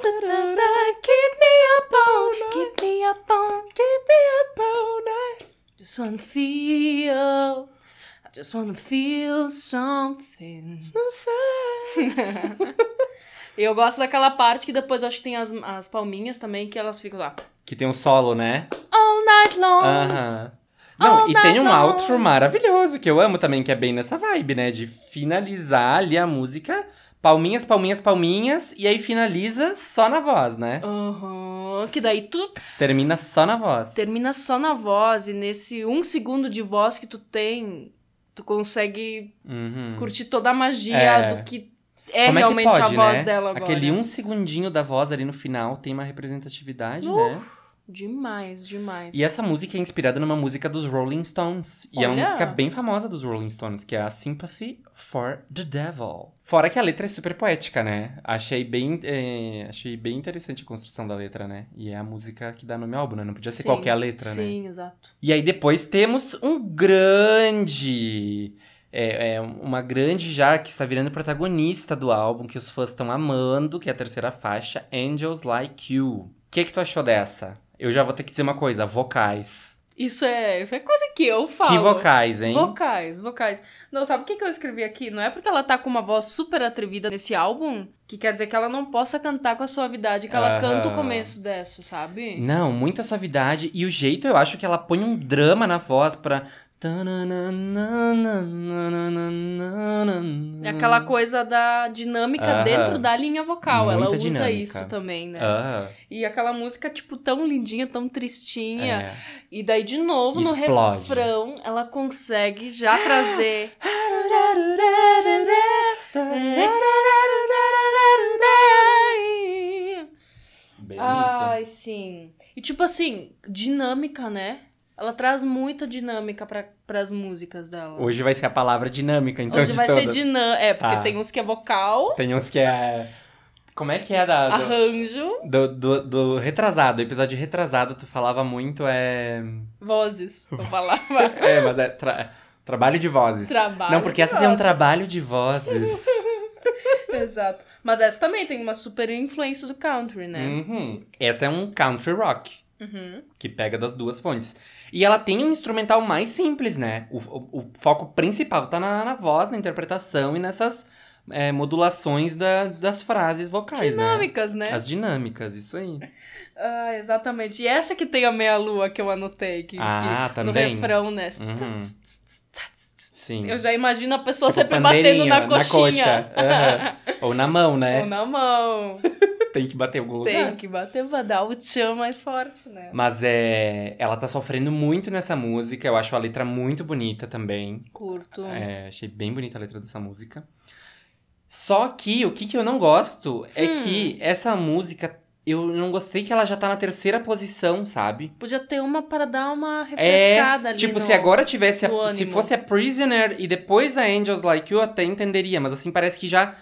Keep me up all night. Keep me up all Keep me up all night. Just wanna feel. I just wanna feel something. E eu gosto daquela parte que depois eu acho que tem as, as palminhas também, que elas ficam lá.
Que tem um solo, né?
All night long.
Aham. Não,
Oh. All
e tem
night
um
long.
outro maravilhoso que eu amo também, que é bem nessa vibe, né? De finalizar ali a música, palminhas, palminhas, palminhas, e aí finaliza só na voz, né?
Aham, que daí tu
Termina só na voz.
termina só na voz e nesse um segundo de voz que tu tem, tu consegue
Uhum.
curtir toda a magia
É.
do que é
Como é que
realmente
pode,
a voz
né?
dela agora.
Aquele um segundinho da voz ali no final tem uma representatividade, né?
Demais, demais.
E essa música é inspirada numa música dos Rolling Stones. E é uma
Olha!
música bem famosa dos Rolling Stones, que é a Sympathy for the Devil. Fora que a letra é super poética, né? Achei bem, eh, achei bem interessante a construção da letra, né? E é a música que dá nome ao álbum, né? Não podia ser
Sim,
qualquer letra, né?
Sim, exato.
E aí depois temos um grande. É, é, uma grande já que está virando protagonista do álbum, que os fãs estão amando, que é a terceira faixa, Angels Like You. O que, que tu achou dessa? Eu já vou ter que dizer uma coisa: vocais.
Isso é, isso é coisa que eu falo.
Que vocais, hein?
Vocais, vocais. Não, sabe o que, que eu escrevi aqui? Não é porque ela tá com uma voz super atrevida nesse álbum que quer dizer que ela não possa cantar com a suavidade que ela
Aham.
canta o começo dessa, sabe?
Não, muita suavidade. E o jeito, eu acho que ela põe um drama na voz pra...
É aquela coisa da dinâmica
Hum. Aham.
dentro da linha vocal. ela
Muita
usa
dinâmica.
isso também, né?
Ah,
E aquela música, tipo, tão lindinha, tão tristinha.
é.
E daí, de novo, no
Explode.
refrão, ela consegue já trazer.
Belíssima.
Ai, sim. E tipo assim, dinâmica, né? Ela traz muita dinâmica para as músicas dela.
Hoje vai ser a palavra dinâmica, então,
Hoje
de
vai ser
todas.
dinâmica. É, porque
Tá.
tem uns que é vocal,
Tem uns que é... Como é que é da... do-
arranjo,
Do, do, do retrasado, episódio retrasado, tu falava muito, é.
vozes. Eu falava.
É, mas é. tra- Trabalho de vozes.
Trabalho
Não, porque
de
essa tem um
vozes.
trabalho de vozes.
Exato. Mas essa também tem uma super influência do country, né? Uhum.
Uhum. Essa é um country rock. Que pega das duas fontes. E ela tem um instrumental mais simples, né? O, o- o foco principal tá na, na voz, na interpretação e nessas é, modulações das, das frases vocais,
Dinâmicas, né?
né? As dinâmicas, isso aí.
Ah, exatamente. E essa que tem a meia-lua que eu anotei. Que,
Ah,
que,
também?
No refrão, né?
Uhum. Sim.
Eu já imagino a pessoa
Tipo,
sempre
pandeirinho
batendo na coxinha.
Aham. Ou na mão, né?
Ou na mão.
Tem que bater em algum lugar.
Tem que bater pra dar o tchan mais forte, né?
Mas é, ela tá sofrendo muito nessa música. Eu acho a letra muito bonita também.
Curto.
É, achei bem bonita a letra dessa música. Só que o que, que eu não gosto é
Hum.
que essa música, eu não gostei que ela já tá na terceira posição, sabe?
Podia ter uma pra dar uma
É,
refrescada ali.
tipo,
no-
se agora tivesse, a-
no
se
ânimo.
fosse a Prisoner e depois a Angels Like You, eu até entenderia. Mas assim, parece que já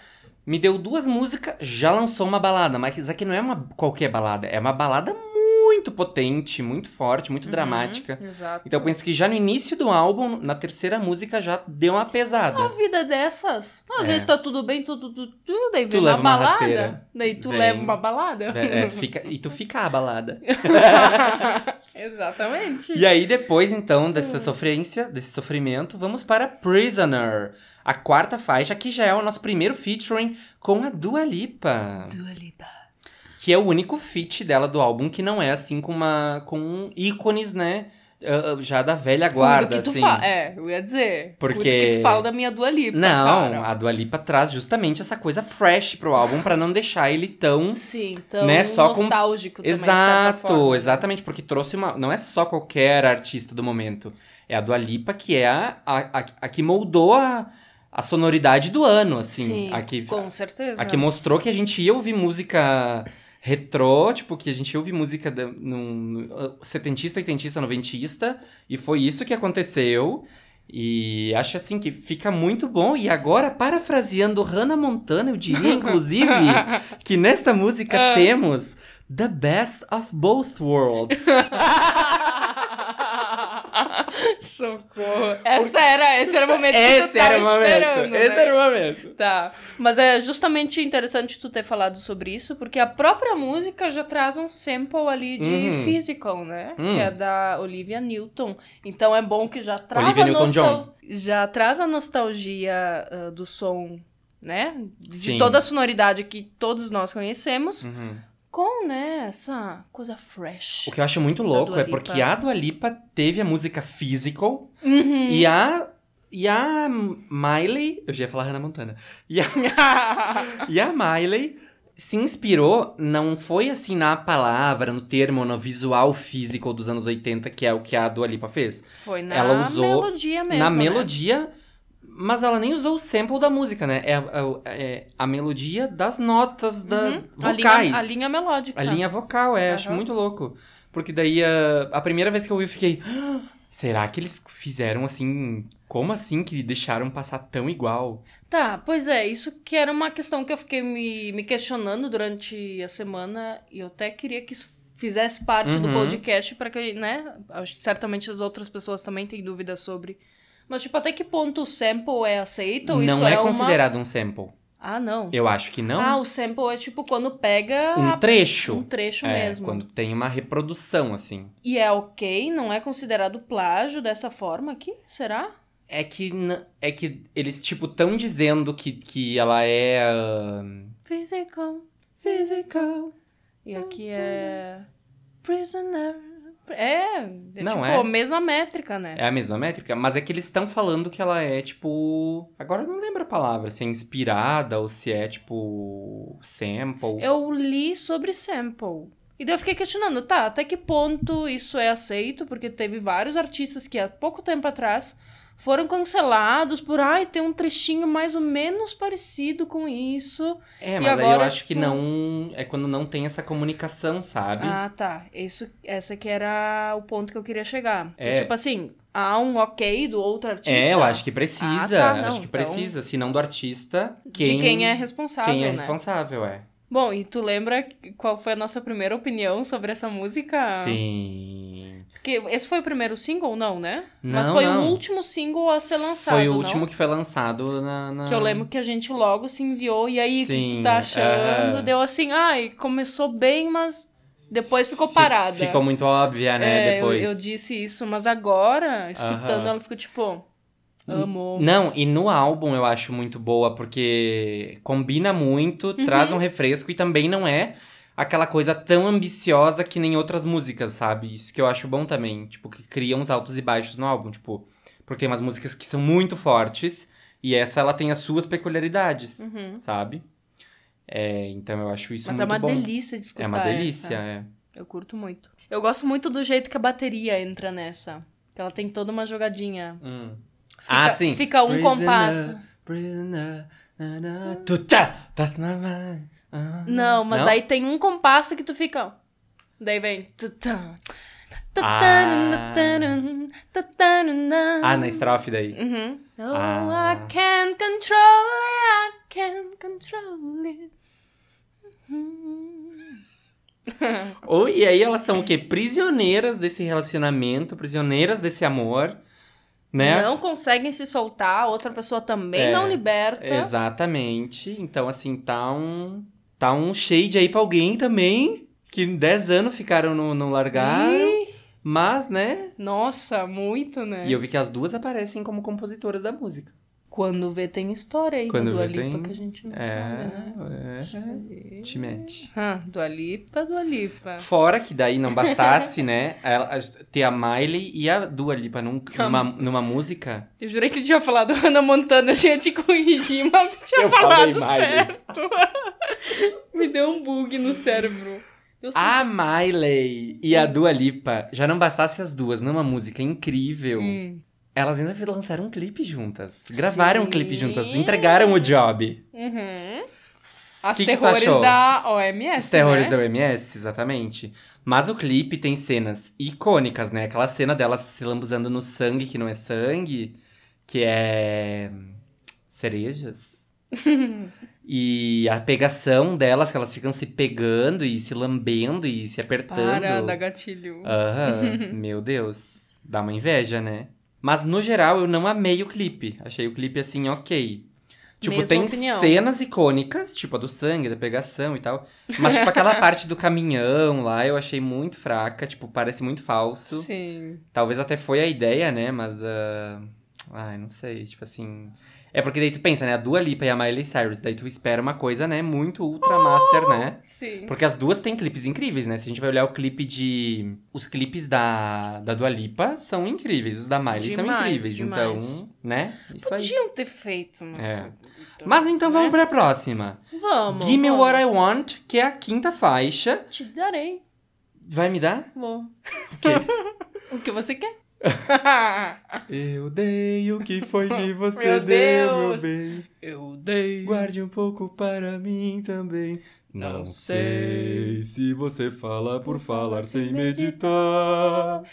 me deu duas músicas, já lançou uma balada. Mas isso aqui não é uma qualquer balada, é uma balada muito potente, muito forte,
Uhum.
muito dramática.
Exato.
Então eu penso que já no início do álbum, na terceira música, já deu uma pesada.
Uma vida dessas. Às
É.
vezes tá tudo bem, tudo, tudo, tudo. Daí
Tu
vem
leva
uma
uma
balada.
rasteira.
Daí tu
Vem.
leva uma balada.
É, é, tu fica- e tu fica abalada.
Exatamente.
E aí, depois, então,
Hum.
dessa sofrência, desse sofrimento, vamos para Prisoner, a quarta faixa, que já é o nosso primeiro featuring com a Dua Lipa.
Dua Lipa.
Que é o único feat dela do álbum que não é assim com uma. com ícones, né? ah, ah, Já da velha guarda.
Curto que tu
assim.
fala. É, eu ia dizer.
Porque-
Curto que tu fala da minha Dua Lipa,
Não,
cara.
a Dua Lipa traz justamente essa coisa fresh pro álbum pra não deixar ele tão
Sim, então
Né, só com-
nostálgico também, de certa
Exato,
forma. né?
exatamente, porque trouxe uma. Não é só qualquer artista do momento. É a Dua Lipa que é a, a, a- a que moldou a, a sonoridade do ano, assim.
Sim,
a que,
com certeza.
a que mostrou que a gente ia ouvir música retrô, tipo, que a gente ia ouvir música da- num, uh, setentista, oitentista, noventista. E foi isso que aconteceu. E acho assim que fica muito bom. E agora, parafraseando Hannah Montana, eu diria, inclusive, que nesta música
Ah.
temos The Best of Both Worlds.
Socorro. Essa era, esse era o momento É que
Esse
tu tava
era o
esperando,
momento.
né?
Esse era o momento.
Tá. Mas é justamente interessante tu ter falado sobre isso, porque a própria música já traz um sample ali de
Uhum.
Physical, né?
Hum.
Que é da Olivia Newton. Então é bom que já traz
Olivia
a
Newton-John.
nostal- já traz a nostalgia ah, do som, né? De
Sim.
toda a sonoridade que todos nós conhecemos,
Uhum.
com, né, essa coisa fresh.
O que eu acho muito louco
Dua
é
Lipa.
porque a Dua Lipa teve a música Physical
Uhum.
e a. E a Miley. Eu já ia falar Hannah Montana. E a, e a Miley se inspirou, não foi assim na palavra, no termo, no visual físico dos anos 80, que é o que a Dua Lipa fez.
Foi na
Ela usou
melodia mesmo.
na
né?
melodia, mas ela nem usou o sample da música, né? É, é- é a melodia das notas da,
Uhum. A
vocais.
linha, a linha melódica.
A linha vocal, é, acho
Tá. Aham.
muito louco. Porque daí ah, a, a primeira vez que eu ouvi, eu fiquei. "Ah, será que eles fizeram assim? Como assim que deixaram passar tão igual?
Tá, pois é, isso que era uma questão que eu fiquei me, me questionando durante a semana e eu até queria que isso fizesse parte do
Uhum.
podcast para que, né, acho que certamente as outras pessoas também têm dúvidas sobre. Mas tipo, até que ponto o sample é aceito?
Não
isso
é,
uma-
considerado um sample.
Ah, não.
Eu acho que não.
Ah, o sample é tipo quando pega
um
a-
trecho.
um trecho
é,
mesmo.
Quando tem uma reprodução, assim.
E é ok? Não é considerado plágio dessa forma aqui? Será?
É que, n- é que eles, tipo, tão dizendo que, que ela é. ahn,
Physical.
physical. Ah,
E
tá
aqui é. Prisoner. É, é
Não,
tipo,
é.
a mesma métrica, né?
É a mesma métrica, mas é que eles estão falando que ela é, tipo. Agora eu não lembro a palavra, se é inspirada ou se é, tipo. sample.
Eu li sobre sample. E daí eu fiquei questionando, tá, até que ponto isso é aceito? Porque teve vários artistas que há pouco tempo atrás foram cancelados por, ai, tem um trechinho mais ou menos parecido com isso.
É,
E
mas aí eu
agora,
acho que
tipo-
não. É quando não tem essa comunicação, sabe?
Ah, tá. Isso, essa que era o ponto que eu queria chegar.
É.
Tipo assim, há um ok do outro artista.
é, eu acho que precisa.
Ah, tá, não,
acho que
então-
precisa. Se não do artista,
de quem é responsável,
Quem é
né?
responsável, é.
Bom, e tu lembra qual foi a nossa primeira opinião sobre essa música?
Sim.
Porque esse foi o primeiro single, não, né?
Não,
Mas foi
não.
o último single a ser lançado,
Foi o
não?
último que foi lançado na. na-
Que eu lembro que a gente logo se enviou, e aí, o que
Sim,
tu tá achando?
é.
Deu assim, ai, começou bem, mas depois ficou parada.
Ficou muito óbvia, né?
É, eu-
depois.
Eu, disse isso, mas agora, escutando,
Aham.
ela fica tipo, amor.
Não, e no álbum eu acho muito boa, porque combina muito,
Uhum.
traz um refresco e também não é aquela coisa tão ambiciosa que nem outras músicas, sabe? Isso que eu acho bom também, tipo, que cria uns altos e baixos no álbum, tipo, porque tem umas músicas que são muito fortes e essa ela tem as suas peculiaridades, sabe? É, então eu acho isso
Uhum. mas é uma
muito bom.
delícia de escutar.
é uma delícia,
essa.
é.
Eu curto muito. Eu gosto muito do jeito que a bateria entra nessa. Que ela tem toda uma jogadinha.
Hum.
Fica-
ah, sim.
fica um compasso.
prisoner, na, na, tu, tá, that's my mind. Ah.
Não, mas
Não?
daí tem um compasso que tu fica. ó. Daí vem. tutã,
Ah.
tatananatanan, tatananan.
Ah, na estrofe daí.
Uhum. Oh,
Ah.
I can't control it, I can't control it.
Ou e aí elas estão o quê? Prisioneiras desse relacionamento, prisioneiras desse amor, né?
Não conseguem se soltar, a outra pessoa também
É,
não liberta.
Exatamente. Então, assim, tá um. Tá um shade aí pra alguém também. Que em 10 anos ficaram no, no largar.
Ih,
Mas, né?
Nossa, muito, né?
E eu vi que as duas aparecem como compositoras da música.
Quando vê, tem história aí
Quando
da Dua
vê, tem-
Lipa que a gente não sabe, né?
É. é te mete.
Ah, Dua Lipa, Dua Lipa.
Fora que daí não bastasse, né? Ela, a- ter a Miley e a Dua Lipa num- numa, numa música.
Eu jurei que tu tinha falado Ana Montana, eu tinha te corrigir, mas eu tinha
Eu falei
falado
Miley.
certo. Me deu um bug no cérebro. Eu sei-
A Miley e a Dua Lipa, já não bastasse as duas numa música incrível,
Hum.
elas ainda lançaram um clipe juntas. Gravaram um clipe
Sim.
juntas, entregaram o job.
Uhum.
O
As
que que tu
terrores
achou?
da OMS.
Os terrores
né?
da OMS, exatamente. Mas o clipe tem cenas icônicas, né? Aquela cena delas se lambuzando no sangue que não é sangue, que é. cerejas. e a pegação delas, que elas ficam se pegando e se lambendo e se apertando.
Para, da gatilho.
Ah, Aham, meu Deus. Dá uma inveja, né? Mas no geral eu não amei o clipe. Achei o clipe assim, ok. Tipo,
Mesma
tem
opinião.
cenas icônicas, tipo a do sangue, da pegação e tal. Mas, tipo, aquela parte do caminhão lá eu achei muito fraca, tipo, parece muito falso.
Sim.
Talvez até foi a ideia, né? Mas. ah, Ai, não sei. Tipo assim. É porque daí tu pensa, né? A Dua Lipa e a Miley Cyrus. Daí tu espera uma coisa, né? Muito ultra master, né?
Sim.
Porque as duas têm clipes incríveis, né? Se a gente vai olhar o clipe de. Os clipes da, da Dua Lipa são incríveis, os da Miley são
Demais,
incríveis.
demais.
Então, né? Isso aí.
Podiam ter feito uma
É.
coisa. então,
Mas então
né?
vamos pra próxima.
Vamos.
Gimme
vamos.
What I Want, que é a quinta faixa.
Te darei.
Vai me dar?
Vou. O
quê?
o que você quer?
Eu dei o que foi que você
Meu
deu, meu
Deus.
bem.
eu dei.
Guarde um pouco para mim também. Não,
Não
sei se você fala por falar sem
sem
meditar.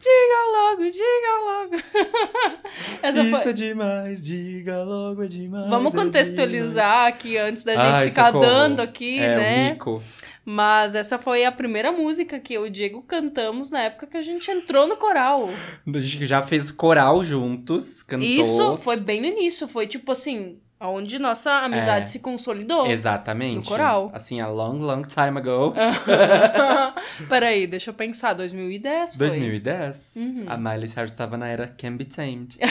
Diga logo, diga logo. Essa
Isso
foi-
é demais, diga logo, é demais.
Vamos
é
contextualizar aqui antes da
demais. Ah,
gente
Ai,
ficar
socorro.
dando aqui,
é,
né?
O mico.
Mas essa foi a primeira música que eu e o Diego cantamos na época que a gente entrou no coral.
A gente já fez coral juntos, cantou.
Isso foi bem no início, foi tipo assim, Onde nossa amizade
É.
se consolidou.
Exatamente.
No coral. Ah,
Assim, a long, long time ago.
Peraí, deixa eu pensar. 2010 foi. Uhum.
2010, a Miley Cyrus estava na era Can Be Tamed.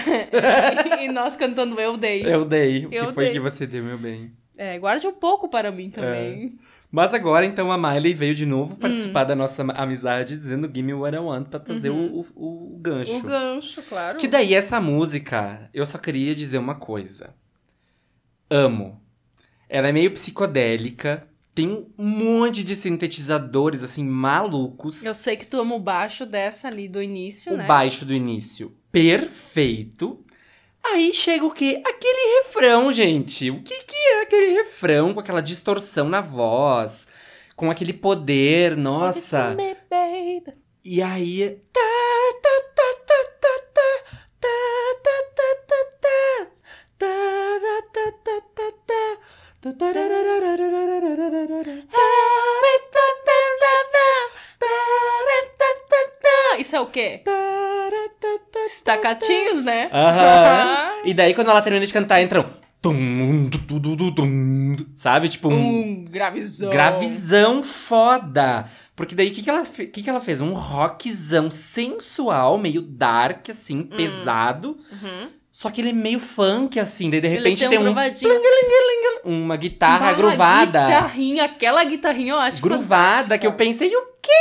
e nós cantando Eu Dei.
Eu dei. O que
Eu
foi
dei.
que você deu, meu bem?
É, guarde um pouco para mim também.
Mas agora, então, a Miley veio de
Hum.
novo participar da nossa amizade, dizendo Gimme What I Want pra trazer o, o, o gancho.
Uhum. O gancho, claro.
É, Que daí essa música, eu só queria dizer uma coisa. Amo. Ela é meio psicodélica, tem um monte de sintetizadores, assim, malucos.
Eu sei que tu ama o baixo dessa ali do início,
o
né?
baixo do início perfeito. Aí chega o quê? Aquele refrão, gente. O que, que é aquele refrão com aquela distorção na voz? Com aquele poder, nossa.
Give it to me, baby.
E aí. tá, tá, tá, tá, tá, tá, tá, tá, tá, tá, tá, tá, tá, tá, tá, tá, tá, tarararararararararara.
Ah, Isso é o quê?
Tará, tá, tá,
Estacatinhos, né?
Aham. E daí quando ela termina de cantar, entram. tum, du, du, du, du, tum, du, Sabe? Tipo um
um gravizão.
gravizão foda. Porque daí o que, que, ela fe- que, que ela fez? Um rockzão sensual, meio dark, assim, pesado.
Uhum.
Só que ele é meio funk, assim. Daí de
Ele
repente
tem um
tem, um-
gravadinho.
uma guitarra
Bah,
gruvada.
Guitarrinha, aquela guitarrinha eu acho
Gruvada,
fantástica.
que eu pensei, o quê?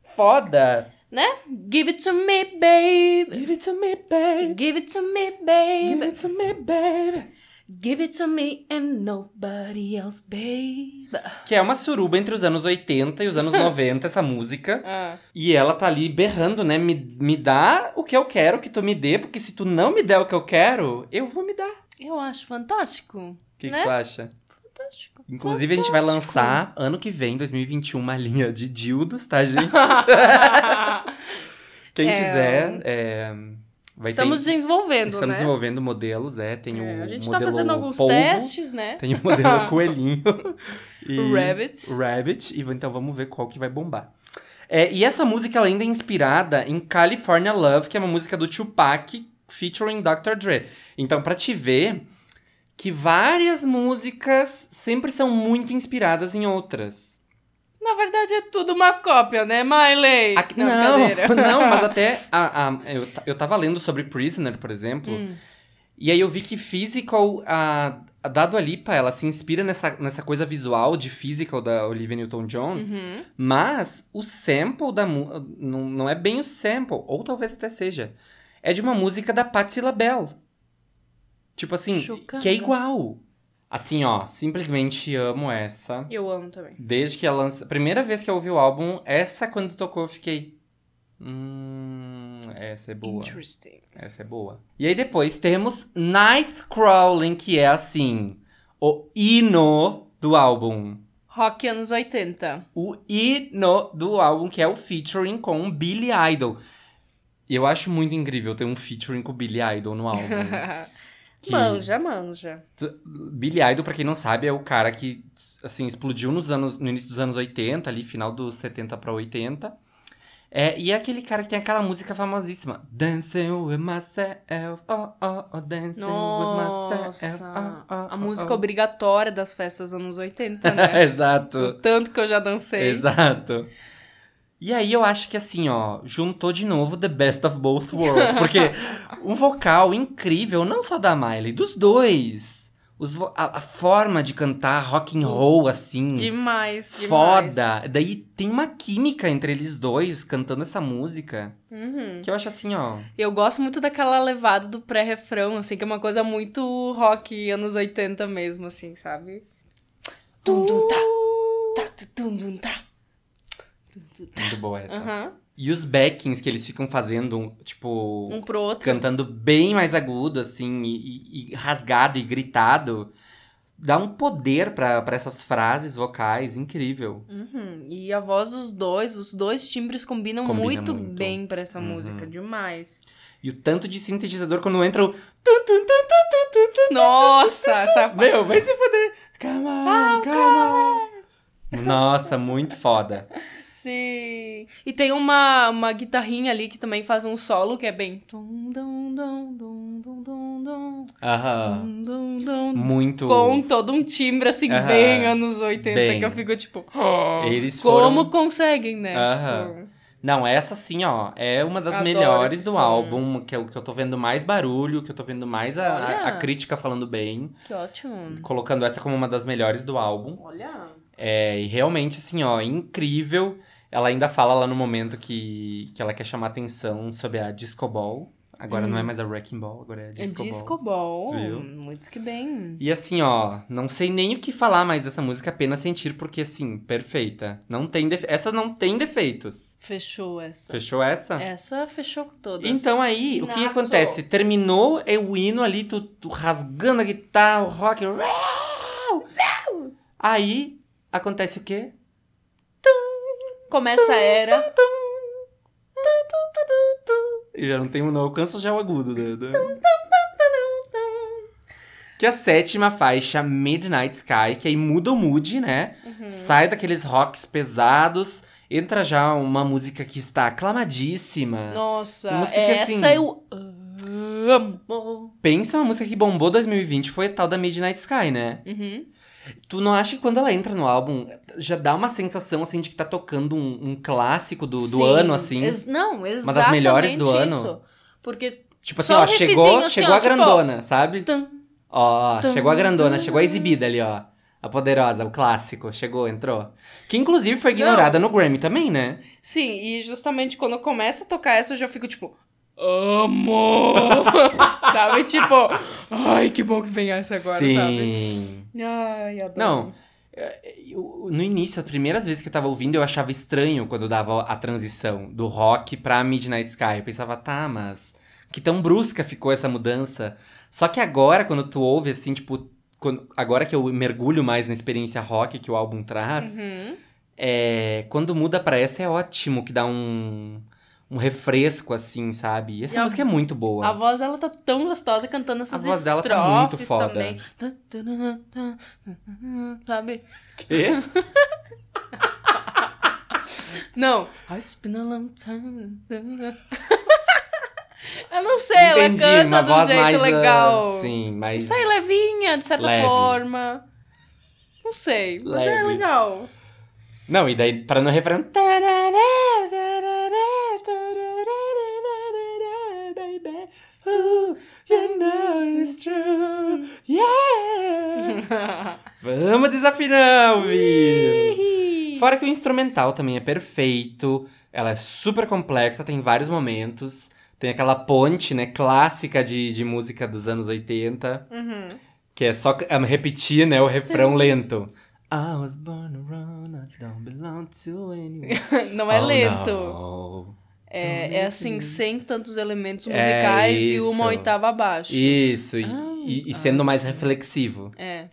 Foda.
Né? Give it to me, baby.
Give it to me, baby.
Give it to me, baby.
Give it to me, baby.
Give it to me and nobody else, baby.
Que é uma suruba entre os anos 80 e os anos 90, essa música.
Ah.
E ela tá ali berrando, né? Me, me dá o que eu quero que tu me dê, porque se tu não me der o que eu quero, eu vou me dar.
Eu acho fantástico.
O que, que
Né?
tu acha?
Fantástico.
Inclusive, a gente vai lançar ano que vem, 2021, uma linha de dildos, tá, gente?
lançar.
Quem
É.
quiser, é, vai
Estamos
ter...
desenvolvendo,
Estamos
né?
desenvolvendo modelos, é. Tem
É,
o
a gente tá
modelo
fazendo alguns
polvo,
testes, né?
Tem o modelo coelhinho.
O Rabbit.
O Rabbit. E então vamos ver qual que vai bombar. É, e essa música ela ainda é inspirada em California Love, que é uma música do Tupac featuring Dr. Dre. Então, pra te ver que várias músicas sempre são muito inspiradas em outras.
Na verdade é tudo uma cópia, né, Miley?
Aqui-
brincadeira.
não, não, mas até a- a- eu, ta- eu tava lendo sobre Prisoner, por exemplo,
Hum.
e aí eu vi que Physical, a, a da Dua Lipa, ela se inspira nessa, nessa coisa visual de Physical da Olivia Newton-John,
Uhum.
Mas o sample da mu- não, não é bem o sample, ou talvez até seja. É de uma música da Patti LaBelle. Tipo assim,
Chocada.
que é igual. Assim, ó, simplesmente amo essa.
Eu amo também.
Desde que ela lança, primeira vez que eu ouvi o álbum, essa quando tocou eu fiquei, hum, essa é boa.
Interesting.
Essa é boa. E aí depois temos Nightcrawling, que é assim, o hino do álbum.
Rock anos 80.
o hino do álbum, que é o featuring com o Billy Idol. E Eu acho muito incrível ter um featuring com o Billy Idol no álbum. Hum. Que-
Manja, manja.
T- Billy Idol, pra quem não sabe, é o cara que, assim, explodiu nos anos, no início dos anos 80, ali, final dos 70 pra 80. É, e é aquele cara que tem aquela música famosíssima. Dancing with myself, oh, oh, oh, dancing with myself,
Nossa.
oh, oh,
A
oh,
música
oh.
obrigatória das festas anos 80,
É
né?
Exato.
O tanto que eu já dancei.
Exato. E aí eu acho que assim, ó, juntou de novo The Best of Both Worlds. Porque um vocal incrível, não só da Miley, dos dois. Os vo- a, a forma de cantar rock and roll, assim.
Demais, demais.
foda. Daí tem uma química entre eles dois cantando essa música.
Uhum.
Que eu acho assim, ó.
Eu gosto muito daquela levada do pré-refrão, assim, que é uma coisa muito rock anos 80 mesmo, assim, sabe? Tum, dum, tá. Tá, tu, tum, dum, tá. Tum, dum, tá.
Muito boa essa.
Aham.
E os backings que eles ficam fazendo, tipo.
Um pro outro.
cantando bem mais agudo, assim, e, e- e rasgado e gritado. Dá um poder pra pra essas frases vocais incrível.
Uhum. E a voz dos dois, os dois timbres combinam
Combina
muito,
muito.
bem pra essa
Uhum.
música, demais.
E o tanto de sintetizador quando entra o.
Nossa, essa
Meu, vai se foder! Come on, come on. Nossa, muito foda.
Sim. E tem uma, uma guitarrinha ali que também faz um solo que é bem. tum, dum, dum, dum, dum, dum, dum.
Aham.
Dum, dum, dum.
Muito.
Com todo um timbre, assim,
Aham.
bem anos 80,
Bem.
que eu fico tipo... "Oh,
Eles
como
foram-
conseguem, né?
Aham.
Tipo,
Não, essa sim, ó, é uma das
Adoro
melhores
esse
do
som.
álbum, que é o que eu tô vendo mais barulho, que eu tô vendo mais a, a-
Olha.
a crítica falando bem,
que ótimo.
colocando essa como uma das melhores do álbum.
Olha...
É, e realmente, assim, ó, incrível. Ela ainda fala lá no momento que, que ela quer chamar atenção sobre a Disco Ball. Agora não é mais a Wrecking Ball, agora é a
Uhum. É
Disco,
Disco Ball.
Ball. Viu?
Muito que bem.
E assim, ó, não sei nem o que falar mais dessa música, apenas sentir, porque assim, perfeita. Não tem defe- Essa não tem defeitos.
Fechou essa.
Fechou essa?
Essa fechou com É, todas.
Então aí, o que
Naço.
acontece? Terminou é o hino ali, tu, tu rasgando a guitarra, o rock. uau! Aí acontece o quê?
Começa a era.
Eu já não tenho, não alcanço já o agudo. né? Que é a sétima faixa, Midnight Sky, que aí muda o mood, né?
Uhum.
Sai daqueles rocks pesados, entra já uma música que está aclamadíssima.
Nossa,
Música que,
essa
assim,
eu amo.
Pensa uma música que bombou 2020, foi a tal da Midnight Sky, né?
Uhum.
Tu não acha que quando ela entra no álbum, já dá uma sensação, assim, de que tá tocando um, um clássico do, do
Sim,
ano, assim?
ex- não, exatamente
Uma das melhores do ano.
isso. Porque...
Tipo assim,
Só um
ó, chegou,
riffzinho, assim,
chegou
ó,
a
tipo,
grandona, sabe?
Tum.
Ó, ó,
Tum,
chegou a grandona,
tum,
chegou a
tum.
exibida ali, ó. A poderosa, o clássico, chegou, entrou. Que inclusive foi ignorada no Grammy também, né?
Sim, e justamente quando começa a tocar essa, eu já fico tipo... Amo! sabe? Tipo... Ai, que bom que vem essa agora, sabe? Hum.
Sim.
Ai, adoro.
Não. é, eu- no início, as primeiras vezes que eu tava ouvindo, eu achava estranho quando eu dava a transição do rock pra Midnight Sky. Eu pensava, tá, mas que tão brusca ficou essa mudança. Só que agora, quando tu ouve, assim, tipo, quando- agora que eu mergulho mais na experiência rock que o álbum traz,
Uhum.
é, quando muda pra essa é ótimo, que dá um, um refresco, assim, sabe? E essa
E a-
música é muito boa.
A voz dela tá tão gostosa cantando essas
A voz
estrofes
dela tá muito foda.
também. Sabe?
Quê?
Não. It's been a long time. Eu não sei,
Entendi,
ela canta
uma
de um
voz
jeito
mais. ah,
legal.
sim, mais.
Sai levinha, de certa
Leve.
forma. Não sei, mas é
Leve.
legal.
Não, e daí para no refrão. Vamos desafinar, ouvindo. Fora que o instrumental também é perfeito, ela é super complexa, tem vários momentos. Tem aquela ponte, né, clássica de, de música dos anos 80.
Uhum.
Que é só ah, repetir, né, o refrão lento. I was born to run, I don't belong to anyone.
Não é
Oh,
lento.
no.
É, é assim, sem tantos elementos
É
musicais e
isso.
uma oitava abaixo.
Isso, e,
Ai,
e- e sendo mais reflexivo.
É.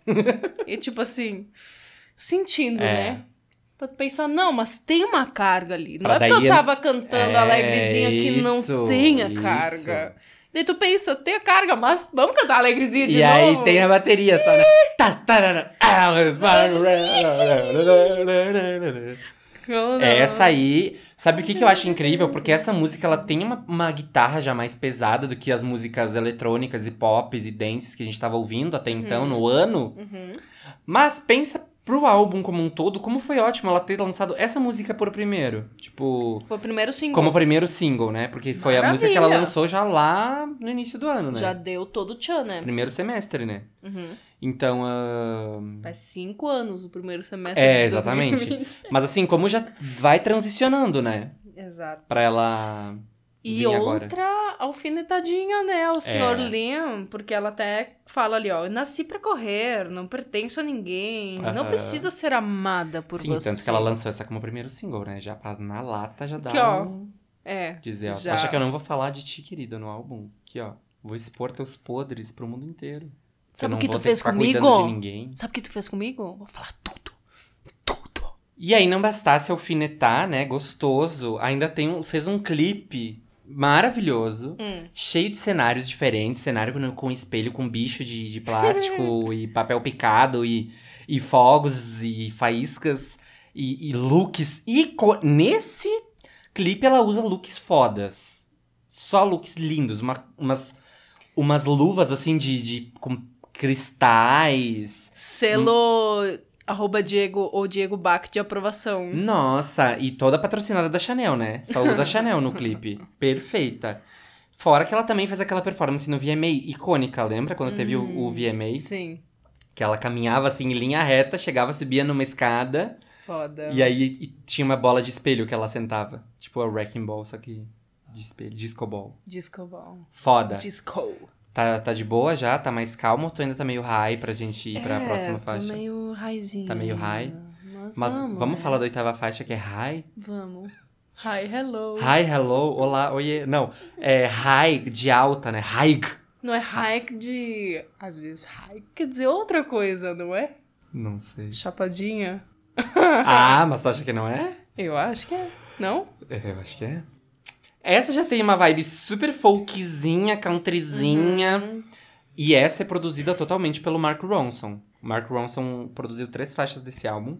E tipo assim, sentindo,
É.
né? Pra tu pensar, não, mas tem uma carga ali. Não
Pra
é porque
daí-
eu tava cantando
É,
alegrezinha que
isso,
não tem a
isso.
carga. Daí tu pensa, tem a carga, mas vamos cantar alegrezinha de
e
novo.
aí tem a bateria só, né? Tá, tá, tá, tá. Ah, mas-
Quando-
É, essa aí. Sabe o que, que eu acho incrível? Porque essa música ela tem uma, uma guitarra já mais pesada do que as músicas eletrônicas e pops e dances que a gente tava ouvindo até então no ano.
Uhum.
Mas pensa pro álbum como um todo, como foi ótimo ela ter lançado essa música por primeiro. Tipo,
Foi o primeiro single.
como primeiro single, né? Porque foi a música que ela
Maravilha.
lançou já lá no início do ano, né?
Já deu todo o tchan, né?
Primeiro semestre, né?
Uhum.
Então, ah,
Faz cinco anos o primeiro semestre
é,
de 2020.
exatamente. Mas assim, como já vai transicionando, né?
Exato.
Pra ela
E
vir agora.
outra alfinetadinha, né? O senhor
É.
Lin, porque ela até fala ali, ó, eu nasci pra correr, não pertenço a ninguém,
Aham.
não preciso ser amada por
Sim,
você.
tanto que ela lançou essa como primeiro single, né? Já pra- na lata já dá
Que, ó,
um...
É.
Dizer, ó, tu
já-
acha que eu não vou falar de ti, querida, no álbum? Que, ó, vou expor teus podres pro mundo inteiro. Eu
Sabe
não
o que
vou
tu
ter
fez
ficar
comigo?
cuidando de ninguém. Hum.
Sabe o que tu fez comigo? Vou falar tudo. Tudo.
E aí, não bastasse alfinetar, né? Gostoso. Ainda tem um, fez um clipe maravilhoso.
Hum.
Cheio de cenários diferentes. Cenário com, com espelho, com bicho de, de plástico. e papel picado. E, e fogos. E faíscas. E, e looks. E co- nesse clipe, ela usa looks fodas. Só looks lindos. Uma, umas... umas luvas assim de, de com cristais.
Selo arroba Diego ou Diego Bach de aprovação.
Hum. Nossa, e toda patrocinada da Chanel, né? Só usa Chanel no clipe. Perfeita. Fora que ela também fez aquela performance no VMA icônica, lembra? Quando teve o,
Hum.
o VMA,
Sim,
que ela caminhava assim em linha reta, chegava, subia numa escada
foda.
e aí e tinha uma bola de espelho que ela sentava. Tipo a Wrecking Ball, só que de espelho, disco ball.
Disco ball.
Foda.
Disco.
Tá, tá de boa já? Tá mais calmo ou tu ainda tá meio high pra gente ir pra
É,
próxima
tô
faixa?
meio highzinho.
Tá meio high.
Mas,
Mas
vamos,
vamos,
né?
falar da oitava faixa que é high?
Vamos. Hi, hello.
Hi, hello, olá, oiê. Não, é high de alta, né? High.
Não é hike de. Às vezes hike quer dizer outra coisa, não é?
Não sei.
Chapadinha?
Ah, mas tu acha que não é?
Eu acho que é. Não?
É, eu acho que é. Essa já tem uma vibe super folkzinha, countryzinha. E essa é produzida totalmente pelo Mark Ronson. O Mark Ronson produziu três faixas desse álbum.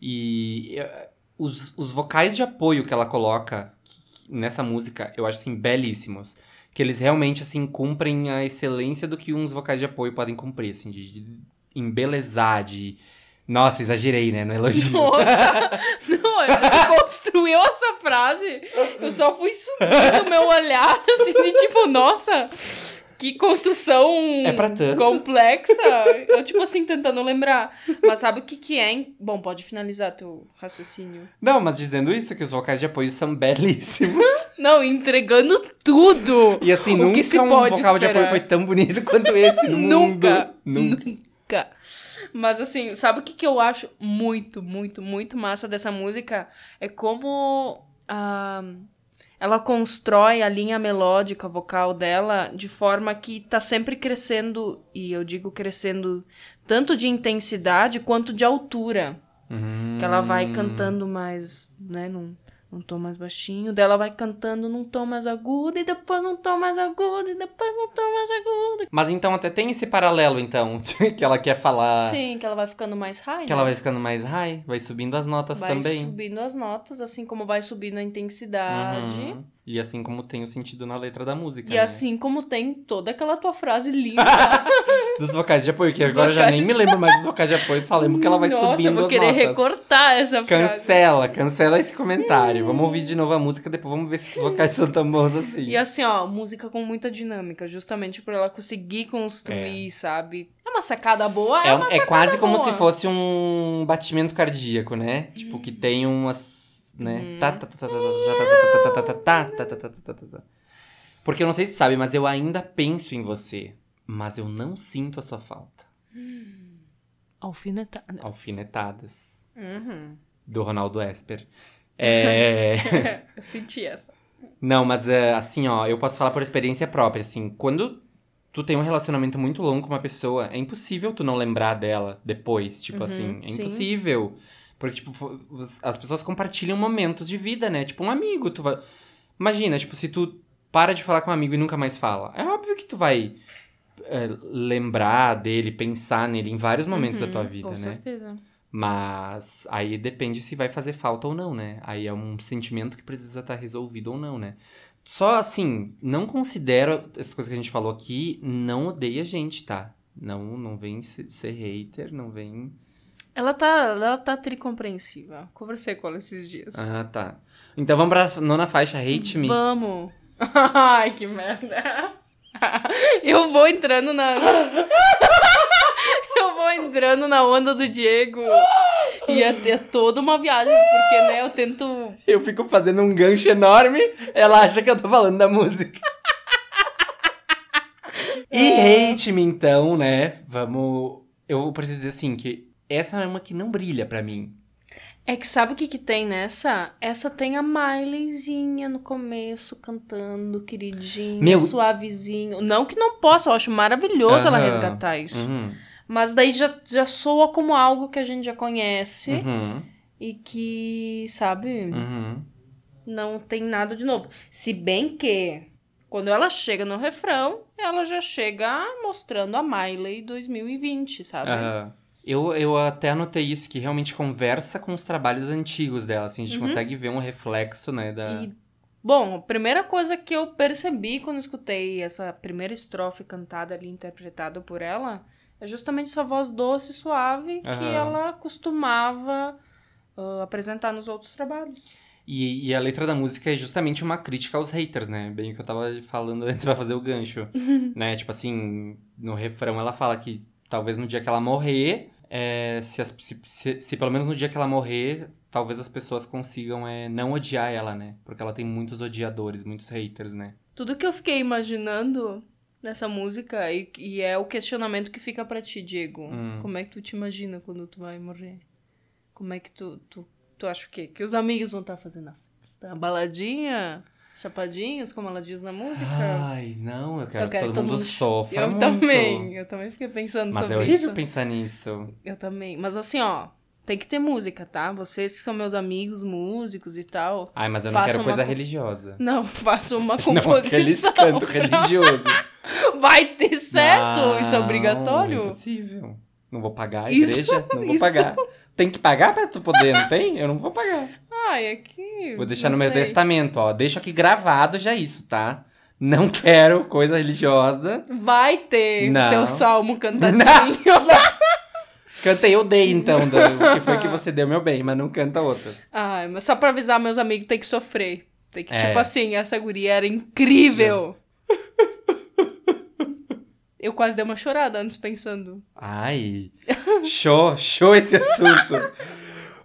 E eh, os, os vocais de apoio que ela coloca que- que- nessa música, eu acho, assim, belíssimos. Que eles realmente, assim, cumprem a excelência do que uns vocais de apoio podem cumprir, assim, de, de embelezar, de... Nossa, exagerei, né, no elogio.
Nossa! não, ele construiu essa frase. Eu só fui subindo o meu olhar, assim, de tipo, nossa, que construção
É pra tanto.
complexa. Eu, tipo assim, tentando lembrar. Mas sabe o que que é, hein? Bom, pode finalizar teu raciocínio.
Não, mas dizendo isso, que os vocais de apoio são belíssimos.
Não, entregando tudo.
E assim,
O
nunca
que se
um
pode
vocal de
esperar?
apoio foi tão bonito quanto esse no
Nunca.
mundo. Nunca.
Nunca. Mas assim, sabe o que, que eu acho muito, muito, muito massa dessa música? É como ah, ela constrói a linha melódica vocal dela de forma que tá sempre crescendo, e eu digo crescendo tanto de intensidade quanto de altura. Hum. Que ela
Hum.
vai cantando mais, né, num, num tom mais baixinho, dela vai cantando num tom mais agudo, e depois num tom mais agudo, e depois num tom mais agudo.
Mas então até tem esse paralelo, então, de que ela quer falar
Sim, que ela vai ficando mais high.
Ah. que ela
né?
vai ficando mais high, vai subindo as notas
vai
também.
subindo as notas, assim como vai subindo a intensidade.
Uhum. E assim como tem o sentido na letra da música.
E
né?
assim como tem toda aquela tua frase linda.
Dos vocais de apoio, que
Dos
agora eu já nem
vocais.
me lembro mais dos vocais de apoio, só lembro que ela vai
Nossa, eu
subindo
vou
as
querer
notas.
recortar essa frase.
Cancela, cancela esse comentário. Vamos ouvir de novo a música, depois vamos ver se os vocais são tão bons assim.
E assim, ó, música com muita dinâmica, justamente por ela conseguir construir, sabe? É uma sacada boa, é,
É, um-
uma
é
sacada
quase como
boa. Hum.
se fosse um batimento cardíaco, né? Tipo, que tem umas. né?
Uhum.
Tá, tá, tá, tá, tá, tá, tá, tá, tá, tá, tá, tá, tá, tá, tá, tá, tá. Porque eu não sei se tu sabe, mas eu ainda penso em você. Mas eu não sinto a sua falta.
Alfinetada.
Alfinetadas.
Uhum.
Do Ronaldo Esper. É.
Eu senti essa.
Não, mas é, assim, ó, eu posso falar por experiência própria, assim, quando tu tem um relacionamento muito longo com uma pessoa, é impossível tu não lembrar dela depois, tipo assim, é
Uhum, sim.
impossível. Porque, tipo, fo- os- as pessoas compartilham momentos de vida, né? Tipo, um amigo, tu vai... Imagina, tipo, se tu para de falar com um amigo e nunca mais fala, é óbvio que tu vai é, lembrar dele, pensar nele em vários momentos da tua
Uhum,
vida,
com
né?
certeza.
Mas aí depende se vai fazer falta ou não, né? Aí é um sentimento que precisa estar resolvido ou não, né? Só assim, não considero essas coisas que a gente falou aqui, não odeia a gente, tá? Não, não vem se- ser hater, não vem.
Ela tá, ela tá tricompreensiva. Conversei com ela esses dias.
Ah, tá. Então vamos pra nona faixa, hate me.
Vamos! Ai, que merda! Eu vou entrando na. Eu vou entrando na onda do Diego. E é, é toda uma viagem, porque, né, eu tento.
Eu fico fazendo um gancho enorme, ela acha que eu tô falando da música. e hate me então, né? Vamos. Eu preciso dizer assim que essa é uma que não brilha pra mim.
É que sabe o que que tem nessa? Essa tem a Mileyzinha no começo, cantando, queridinho,
Meu-
suavezinho. Não que não possa, eu acho maravilhoso ela
Aham.
resgatar isso.
Uhum.
Mas daí já, já soa como algo que a gente já conhece
Uhum,
e que, sabe?
uhum.
não tem nada de novo. Se bem que, quando ela chega no refrão, ela já chega mostrando a Miley 2020, sabe?
Aham. Eu, eu até anotei isso, que realmente conversa com os trabalhos antigos dela, assim, a gente consegue ver um reflexo, né, da...
Uhum. E Bom, a primeira coisa que eu percebi quando escutei essa primeira estrofe cantada ali, interpretada por ela, é justamente essa voz doce e suave que
Aham.
ela costumava ah, apresentar nos outros trabalhos.
E, e a letra da música é justamente uma crítica aos haters, né? Bem o que eu tava falando antes pra fazer o gancho.
Uhum.
né? Tipo assim, no refrão ela fala que talvez no dia que ela morrer, é, se, as- se- se- se pelo menos no dia que ela morrer, talvez as pessoas consigam é, não odiar ela, né? Porque ela tem muitos odiadores, muitos haters, né?
Tudo que eu fiquei imaginando nessa música, e, e é o questionamento que fica pra ti, Diego. Como é que tu te imagina quando tu vai morrer? Como é que tu, tu, tu acha o quê? Que os amigos vão estar fazendo a festa? A baladinha? Chapadinhas, como ela diz na música?
Ai, não, eu quero
Eu
que todo, mundo
ch-
sofra.
Eu
muito.
também, eu também fiquei pensando
Mas
sobre
é horrível
isso.
pensar nisso.
Eu também. Mas assim, ó, tem que ter música, tá? Vocês que são meus amigos, músicos e tal.
Ai, mas eu não
Faça
quero
uma
coisa
co-
religiosa.
Não, faça uma
Não, aqueles
composição.
canto religioso.
Vai ter certo? isso é
Não,
obrigatório?
Impossível. Não vou pagar a
Isso,
igreja? não vou
isso.
pagar. Tem que pagar pra tu poder, não tem? Eu não vou pagar.
Ai, aqui.
Vou deixar
não
no meu
sei.
testamento, ó. Deixa aqui gravado já isso, tá? Não quero coisa religiosa.
Vai ter
Não.
teu salmo cantadinho.
Cantei, eu dei então, Dan, o que foi que você deu, meu bem, mas não canta outra.
Ai, mas só pra avisar, meus amigos tem que sofrer. Tem que,
É.
tipo assim, essa guria era incrível. Eu quase dei uma chorada antes pensando.
Ai, show, show esse assunto.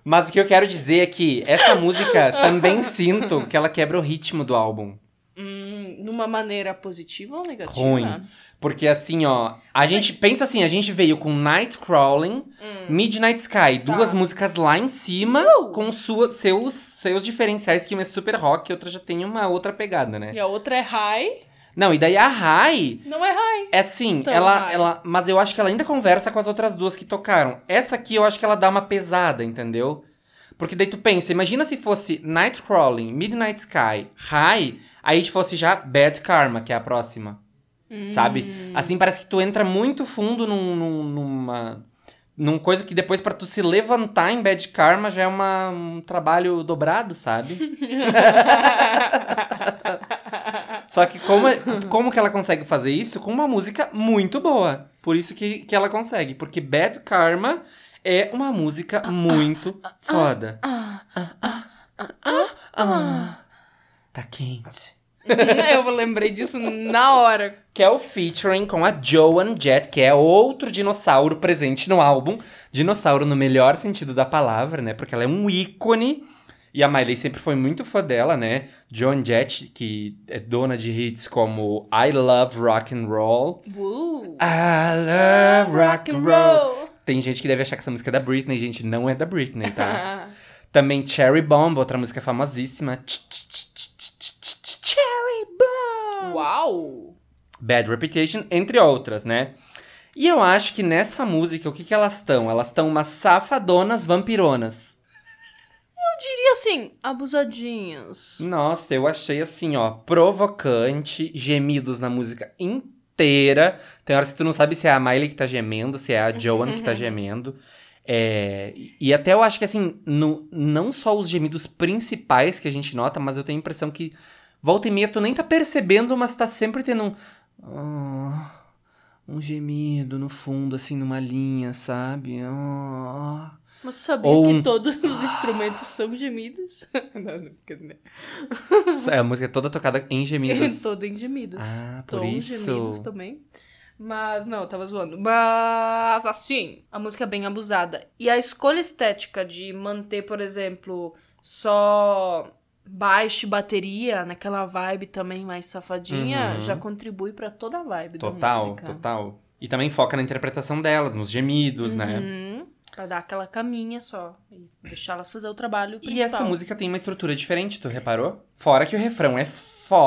Mas o que eu quero dizer é que essa música também sinto que ela quebra o ritmo do álbum.
Hum, numa maneira positiva ou negativa?
Ruim. Porque assim, ó, a gente pensa assim, a gente veio com Night Crawling, Midnight Sky, duas músicas lá em cima, com sua, seus, seus diferenciais, que uma é super rock e outra já tem uma outra pegada, né?
E a outra é high.
Não, e daí a Rai
Não é high.
é assim,
Então,
ela,
Rai.
ela. Mas eu acho que ela ainda conversa com as outras duas que tocaram. Essa aqui eu acho que ela dá uma pesada, entendeu? Porque daí tu pensa, imagina se fosse Night Crawling, Midnight Sky, High, aí fosse já Bad Karma, que é a próxima. Sabe? Assim parece que tu entra muito fundo num, num- numa. Num coisa que depois pra tu se levantar em Bad Karma já é uma, um trabalho dobrado, sabe? Só que como, é, como que ela consegue fazer isso? Com uma música muito boa. Por isso que, que ela consegue. Porque Bad Karma é uma música muito foda. Tá quente.
eu lembrei disso na hora.
Que é o featuring com a Joan Jett, que é outro dinossauro presente no álbum. Dinossauro no melhor sentido da palavra, né? Porque ela é um ícone. E a Miley sempre foi muito fã dela, né? Joan Jett, que é dona de hits como I Love Rock and Roll.
Uh,
I love rock and roll. Tem gente que deve achar que essa música é da Britney, gente, não é da Britney, tá? Também Cherry Bomb, outra música famosíssima. Ch- ch- ch- ch- ch- ch- ch- Cherry Bomb.
Uau!
Bad Reputation, entre outras, né? E eu acho que nessa música, o que, que elas estão? Elas estão umas safadonas vampironas.
Eu diria assim, abusadinhas.
Nossa, eu achei assim, ó, provocante, gemidos na música inteira. Tem horas que tu não sabe se é a Miley que tá gemendo, se é a Joan que tá gemendo. É, e até eu acho que assim, no, não só os gemidos principais que a gente nota, mas eu tenho a impressão que volta e meia tu nem tá percebendo, mas tá sempre tendo um. "Ah", um gemido no fundo, assim, numa linha, sabe? Ah.
Mas você sabia
Ou
que
um-
todos os instrumentos são gemidos? não, não fica né?
É, a música é toda tocada em gemidos.
Todo em gemidos.
Ah, por
Tons
isso.
gemidos também. Mas, não, eu tava zoando. Mas, assim, a música é bem abusada. E a escolha estética de manter, por exemplo, só baixo e bateria, naquela vibe também mais safadinha,
Uhum.
já contribui pra toda a vibe da
Total,
música.
total. E também foca na interpretação delas, nos gemidos, né?
Uhum, pra dar aquela caminha só. E deixar elas fazer o trabalho principal.
E essa música tem uma estrutura diferente, tu reparou? Fora que o refrão é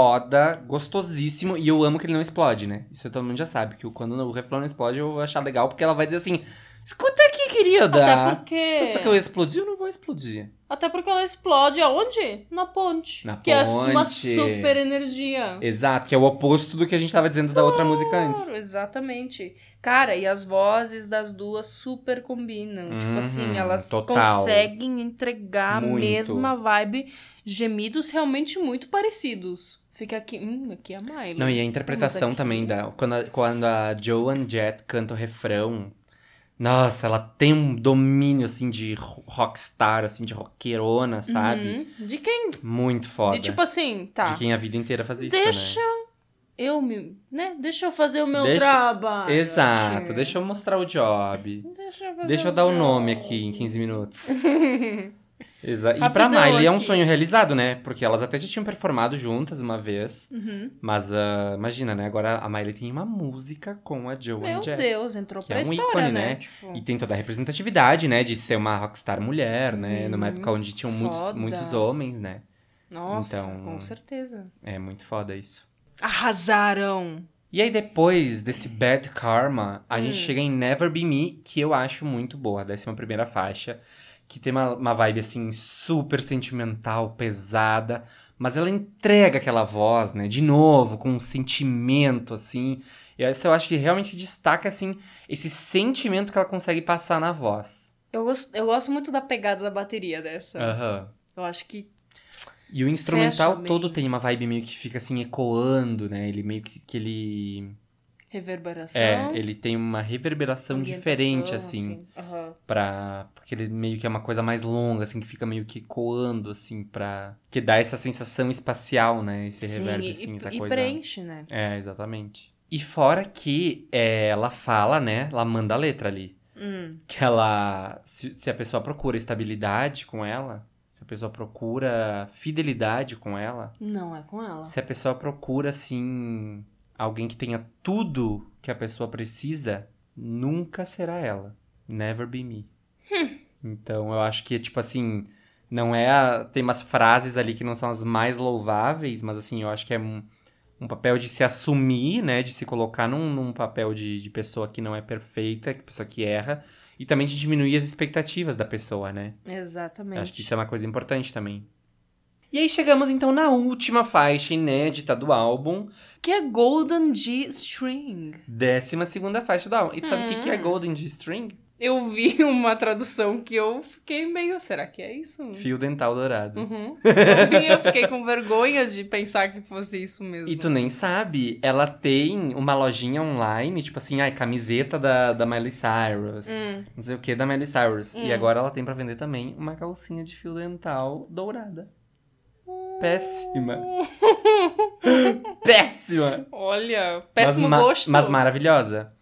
foda, gostosíssimo, e eu amo que ele não explode, né? Isso todo mundo já sabe, que quando o refrão não explode eu vou achar legal, porque ela vai dizer assim: escuta aqui o que queria dar.
porque-
Só que eu explodi, eu não vou explodir.
Até porque ela explode aonde? Na ponte.
Na
que é uma
ponte.
super energia.
Exato, que é o oposto do que a gente tava dizendo da outra música antes.
Uhum. Claro, exatamente. Cara, e as vozes das duas super combinam. tipo
Uhum,
assim, elas
total.
conseguem entregar
Muito.
a mesma vibe, gemidos realmente muito parecidos. Fica aqui, hum, aqui é a Miley.
Não, e a interpretação
Vamos aqui.
também da. Quando a, quando a Joan Jett canta o refrão. Nossa, ela tem um domínio, assim, de ro- rockstar, assim, de roqueirona, sabe?
Hum, de quem?
Muito foda.
De tipo assim, tá.
De quem a vida inteira faz isso,
deixa
né?
eu me, né? Deixa eu fazer o meu
Deixa-
trabalho.
Exato,
aqui.
deixa eu mostrar o job.
Deixa eu, fazer
Deixa eu dar o nome aqui em 15 minutos. Exa e pra
Rapidão
Miley é um
aqui.
sonho realizado, né? Porque elas até já tinham performado juntas uma vez.
Uhum.
Mas ah, imagina, né? Agora a Miley tem uma música com a Joan
Meu
Jett.
Deus, entrou
Que
pra
é um
história,
ícone,
né?
né?
Tipo,
E tem toda a representatividade, né? De ser uma rockstar mulher, né?
Uhum,
Numa época onde tinham muitos,
foda.
muitos homens, né?
nossa,
então-
com certeza.
É muito foda isso.
Arrasaram.
E aí, depois desse Bad Karma, a
Hum.
gente chega em Never Be Me, que eu acho muito boa, a décima primeira faixa. Que tem uma, uma vibe, assim, super sentimental, pesada. Mas ela entrega aquela voz, né? De novo, com um sentimento, assim. E essa eu acho que realmente destaca, assim, esse sentimento que ela consegue passar na voz.
Eu gosto, eu gosto muito da pegada da bateria dessa.
Aham.
Eu acho que.
E o instrumental
Fecha bem.
todo tem uma vibe meio que fica assim ecoando, né? Ele meio que, que ele
Reverberação.
é, ele tem uma reverberação
um ambientação,
diferente assim,
Aham.
pra... porque ele meio que é uma coisa mais longa assim, que fica meio que ecoando assim pra... que dá essa sensação espacial, né? Esse
Sim,
reverb
e-
assim,
e,
essa
e
coisa.
preenche, né?
É, exatamente. E fora que é, ela fala, né? Ela manda a letra ali.
Hum.
Que ela. Se, se a pessoa procura estabilidade com ela, se a pessoa procura fidelidade com ela,
Não é com ela.
se a pessoa procura, assim, alguém que tenha tudo que a pessoa precisa, nunca será ela. Never be me. Então, eu acho que, tipo assim, não é a... Tem umas frases ali que não são as mais louváveis, mas, assim, eu acho que é um, um papel de se assumir, né? De se colocar num, num papel de, de pessoa que não é perfeita, que pessoa que erra. E também de diminuir as expectativas da pessoa, né?
Exatamente.
Acho que isso é uma coisa importante também. E aí chegamos então na última faixa inédita do álbum,
Que é Golden G String.
décima segunda faixa do álbum. E tu sabe o que que
Ah.
é Golden G-String?
Eu vi uma tradução que eu fiquei meio. Será que é isso?
Fio dental dourado.
Uhum. Eu, vi, eu fiquei com vergonha de pensar que fosse isso mesmo.
E tu nem sabe, ela tem uma lojinha online, tipo assim, ai, camiseta da, da Miley Cyrus,
Hum.
não sei o que da Miley Cyrus. E agora ela tem pra vender também uma calcinha de fio dental dourada. Péssima. Péssima!
Olha, péssimo
mas, ma-
gosto.
Mas maravilhosa,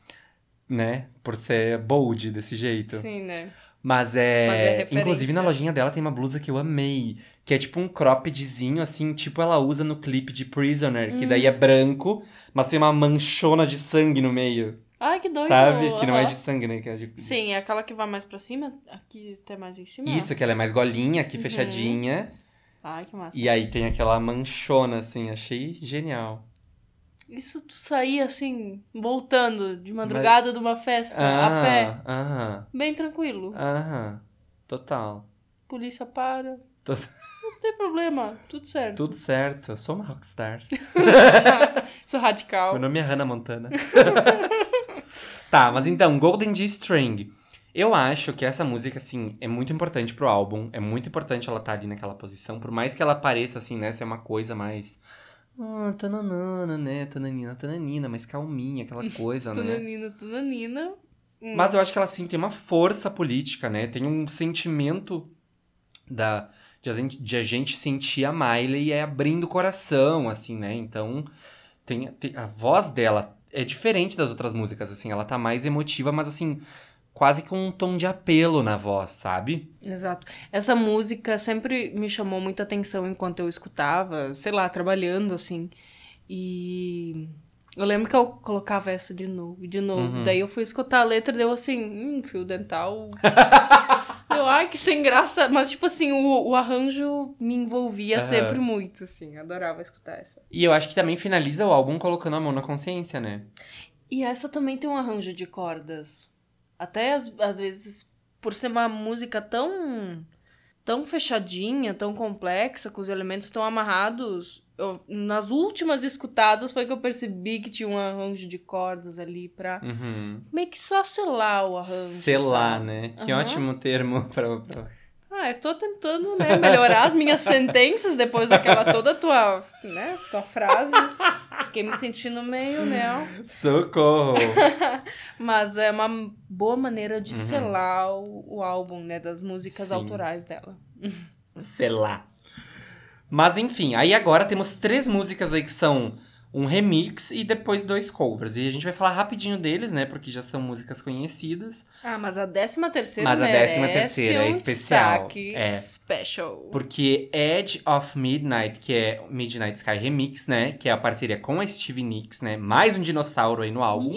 né? Por ser bold desse jeito.
Sim, né?
Mas é.
Mas é referência.
inclusive na lojinha dela tem uma blusa que eu amei. Que é tipo um croppedzinho, assim, tipo ela usa no clipe de Prisoner, que
Hum.
daí é branco, mas tem uma manchona de sangue no meio.
Ai, que doido.
sabe? Que não é
aham.
de sangue, né? Que é de...
Sim, é aquela que vai mais pra cima, aqui até mais em cima.
Isso, que ela é mais
Uhum.
golinha, aqui fechadinha.
Ai, que massa.
E aí tem aquela manchona, assim, achei genial.
Isso tu sair assim, voltando de madrugada de uma festa, a pé,
Ah, Aham,
bem tranquilo.
aham. Total.
Polícia para.
Tô-
Não tem problema, tudo certo.
Tudo certo, eu sou uma rockstar.
Sou radical.
Meu nome é Hannah Montana. tá, mas então, Golden G String. Eu acho que essa música, assim, é muito importante pro álbum. É muito importante ela estar ali naquela posição. Por mais que ela pareça, assim, né, ser uma coisa mais... Ah, tananana, né? Tananina, tananina. Mais calminha, aquela coisa, né?
Tunanina, tunanina.
Mas eu acho que ela, assim, tem uma força política, né? Tem um sentimento da... De a, gente, de a gente sentir a Miley é abrindo o coração, assim, né? Então, tem, tem- a voz dela é diferente das outras músicas, assim. Ela tá mais emotiva, mas, assim, quase com um tom de apelo na voz, sabe?
Exato. Essa música sempre me chamou muita atenção enquanto eu escutava, sei lá, trabalhando assim. E eu lembro que eu colocava essa de novo, e de novo. Daí eu fui escutar a letra e deu assim, hum, fio dental. eu, ai, que sem graça. Mas, tipo assim, o, o arranjo me envolvia
Aham.
sempre muito, assim. Adorava escutar essa.
E eu acho que também finaliza o álbum colocando a mão na consciência, né?
E essa também tem um arranjo de cordas. Até às, às vezes por ser uma música tão tão fechadinha, tão complexa, com os elementos tão amarrados, eu- nas últimas escutadas foi que eu percebi que tinha um arranjo de cordas ali pra
Uhum.
meio que só selar o arranjo.
Selar,
sabe?
né? Que
Aham.
ótimo termo pra, pra-
Ah, eu tô tentando, né, melhorar as minhas sentenças depois daquela toda tua, né, tua frase. Fiquei me sentindo meio, né,
Socorro!
Mas é uma boa maneira de selar o, o álbum, né? Das músicas
Uhum. Sim.
autorais dela.
Selar. Mas enfim, aí agora temos três músicas aí que são um remix e depois dois covers. E a gente vai falar rapidinho deles, né? Porque já são músicas conhecidas.
Ah, mas a décima terceira
Mas a
merece
décima terceira é
um
especial,
destaque
é.
special.
Porque Edge of Midnight, que é Midnight Sky Remix, né? Que é a parceria com a Steve Nicks, né? Mais um dinossauro aí no álbum.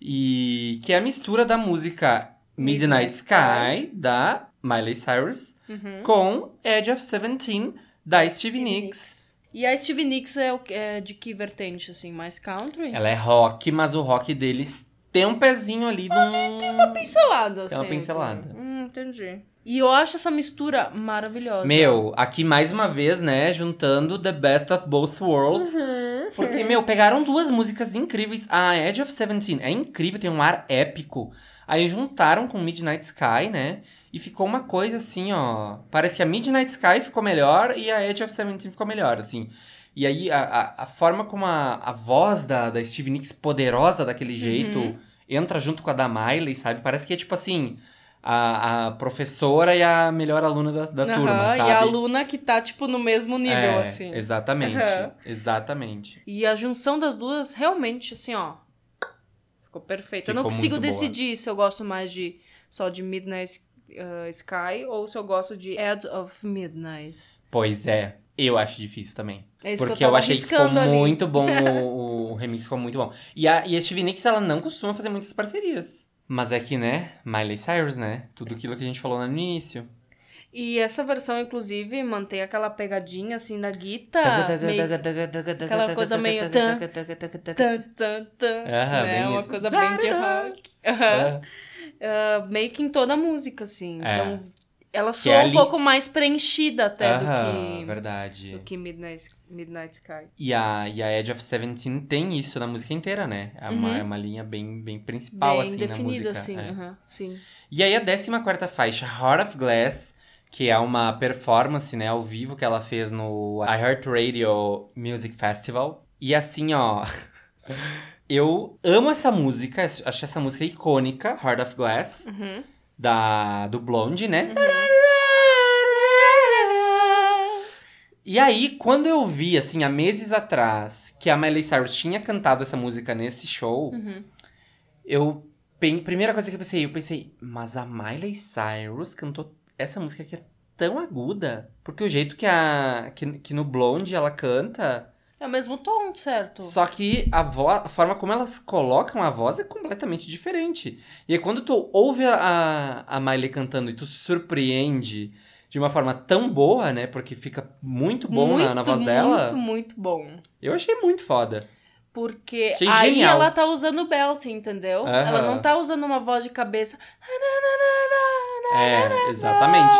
E que é a mistura da música Midnight,
Midnight
Sky, da Miley Cyrus,
Uhum.
com Edge of 17, da Steve, Nicks.
E a Stevie Nicks é, o, é de que vertente, assim? Mais country?
Ela é rock, mas o rock deles tem um pezinho ali de um...
Uma pincelada, assim.
Tem É uma pincelada.
Hum, entendi. E eu acho essa mistura maravilhosa.
Meu, aqui mais uma vez, né, juntando The Best of Both Worlds. Porque, meu, pegaram duas músicas incríveis. A Edge of Seventeen é incrível, tem um ar épico. Aí juntaram com Midnight Sky, né? E ficou uma coisa assim, ó. Parece que a Midnight Sky ficou melhor e a Edge of Seventeen ficou melhor, assim. E aí a, a, a forma como a, a voz da, da Steve Nicks poderosa
Uhum.
daquele jeito entra junto com a da Miley, sabe? Parece que é tipo assim. A, a professora e a melhor aluna da, da
Aham,
turma, sabe?
E a aluna que tá, tipo, no mesmo nível,
É,
assim.
Exatamente.
Aham.
Exatamente.
E a junção das duas, realmente, assim, ó. Ficou perfeita. eu não
Ficou
consigo
muito boa.
decidir se eu gosto mais de só de Midnight eh, Sky ou se eu gosto de Edge of Midnight.
Pois é, eu acho difícil também.
É isso que eu
Porque eu,
tava
achei que ficou
arriscando ali.
muito bom, o, o remix ficou muito bom. E a, e a Stevie Nicks, ela não costuma fazer muitas parcerias. Mas é que, né, Miley Cyrus, né? Tudo aquilo que a gente falou no início.
E essa versão, inclusive, mantém aquela pegadinha, assim, da guitarra. meio
Aquela
coisa meio tan, tan, tan, tan,
Aham,
né?
bem
Uma
isso.
coisa bem de rock. Aham. Ah, meio que em toda a música, assim.
É.
Então, ela
é
soa
ali-
um pouco mais preenchida até né, do que...
verdade.
do que Midnight, Midnight Sky.
E a, e a Edge of Seventeen tem isso na música inteira, né? É uma,
Uhum.
é uma linha bem, bem principal,
Bem
assim, na
definido,
música.
assim.
é.
aham, sim.
E aí a 14 faixa, Heart of Glass, que é uma performance, né, ao vivo que ela fez no iHeartRadio Music Festival. E assim, ó, eu amo essa música, acho essa música icônica, Heart of Glass,
Uhum.
da, do Blonde, né? E aí, quando eu vi, assim, há meses atrás, que a Miley Cyrus tinha cantado essa música nesse show,
Uhum.
eu. pen- Primeira coisa que eu pensei, eu pensei, mas a Miley Cyrus cantou essa música que é tão aguda. Porque o jeito que a. que, que no Blonde ela canta.
É o mesmo tom, certo?
Só que a, voz, a forma como elas colocam a voz é completamente diferente. E aí, quando tu ouve a- a, a Miley cantando e tu se surpreende de uma forma tão boa, né? Porque fica muito bom na, na voz dela.
Muito, muito bom.
Eu achei muito foda.
Porque
Achei
aí
genial.
ela tá usando o belt, entendeu?
Aham.
Ela não tá usando uma voz de cabeça.
É, exatamente.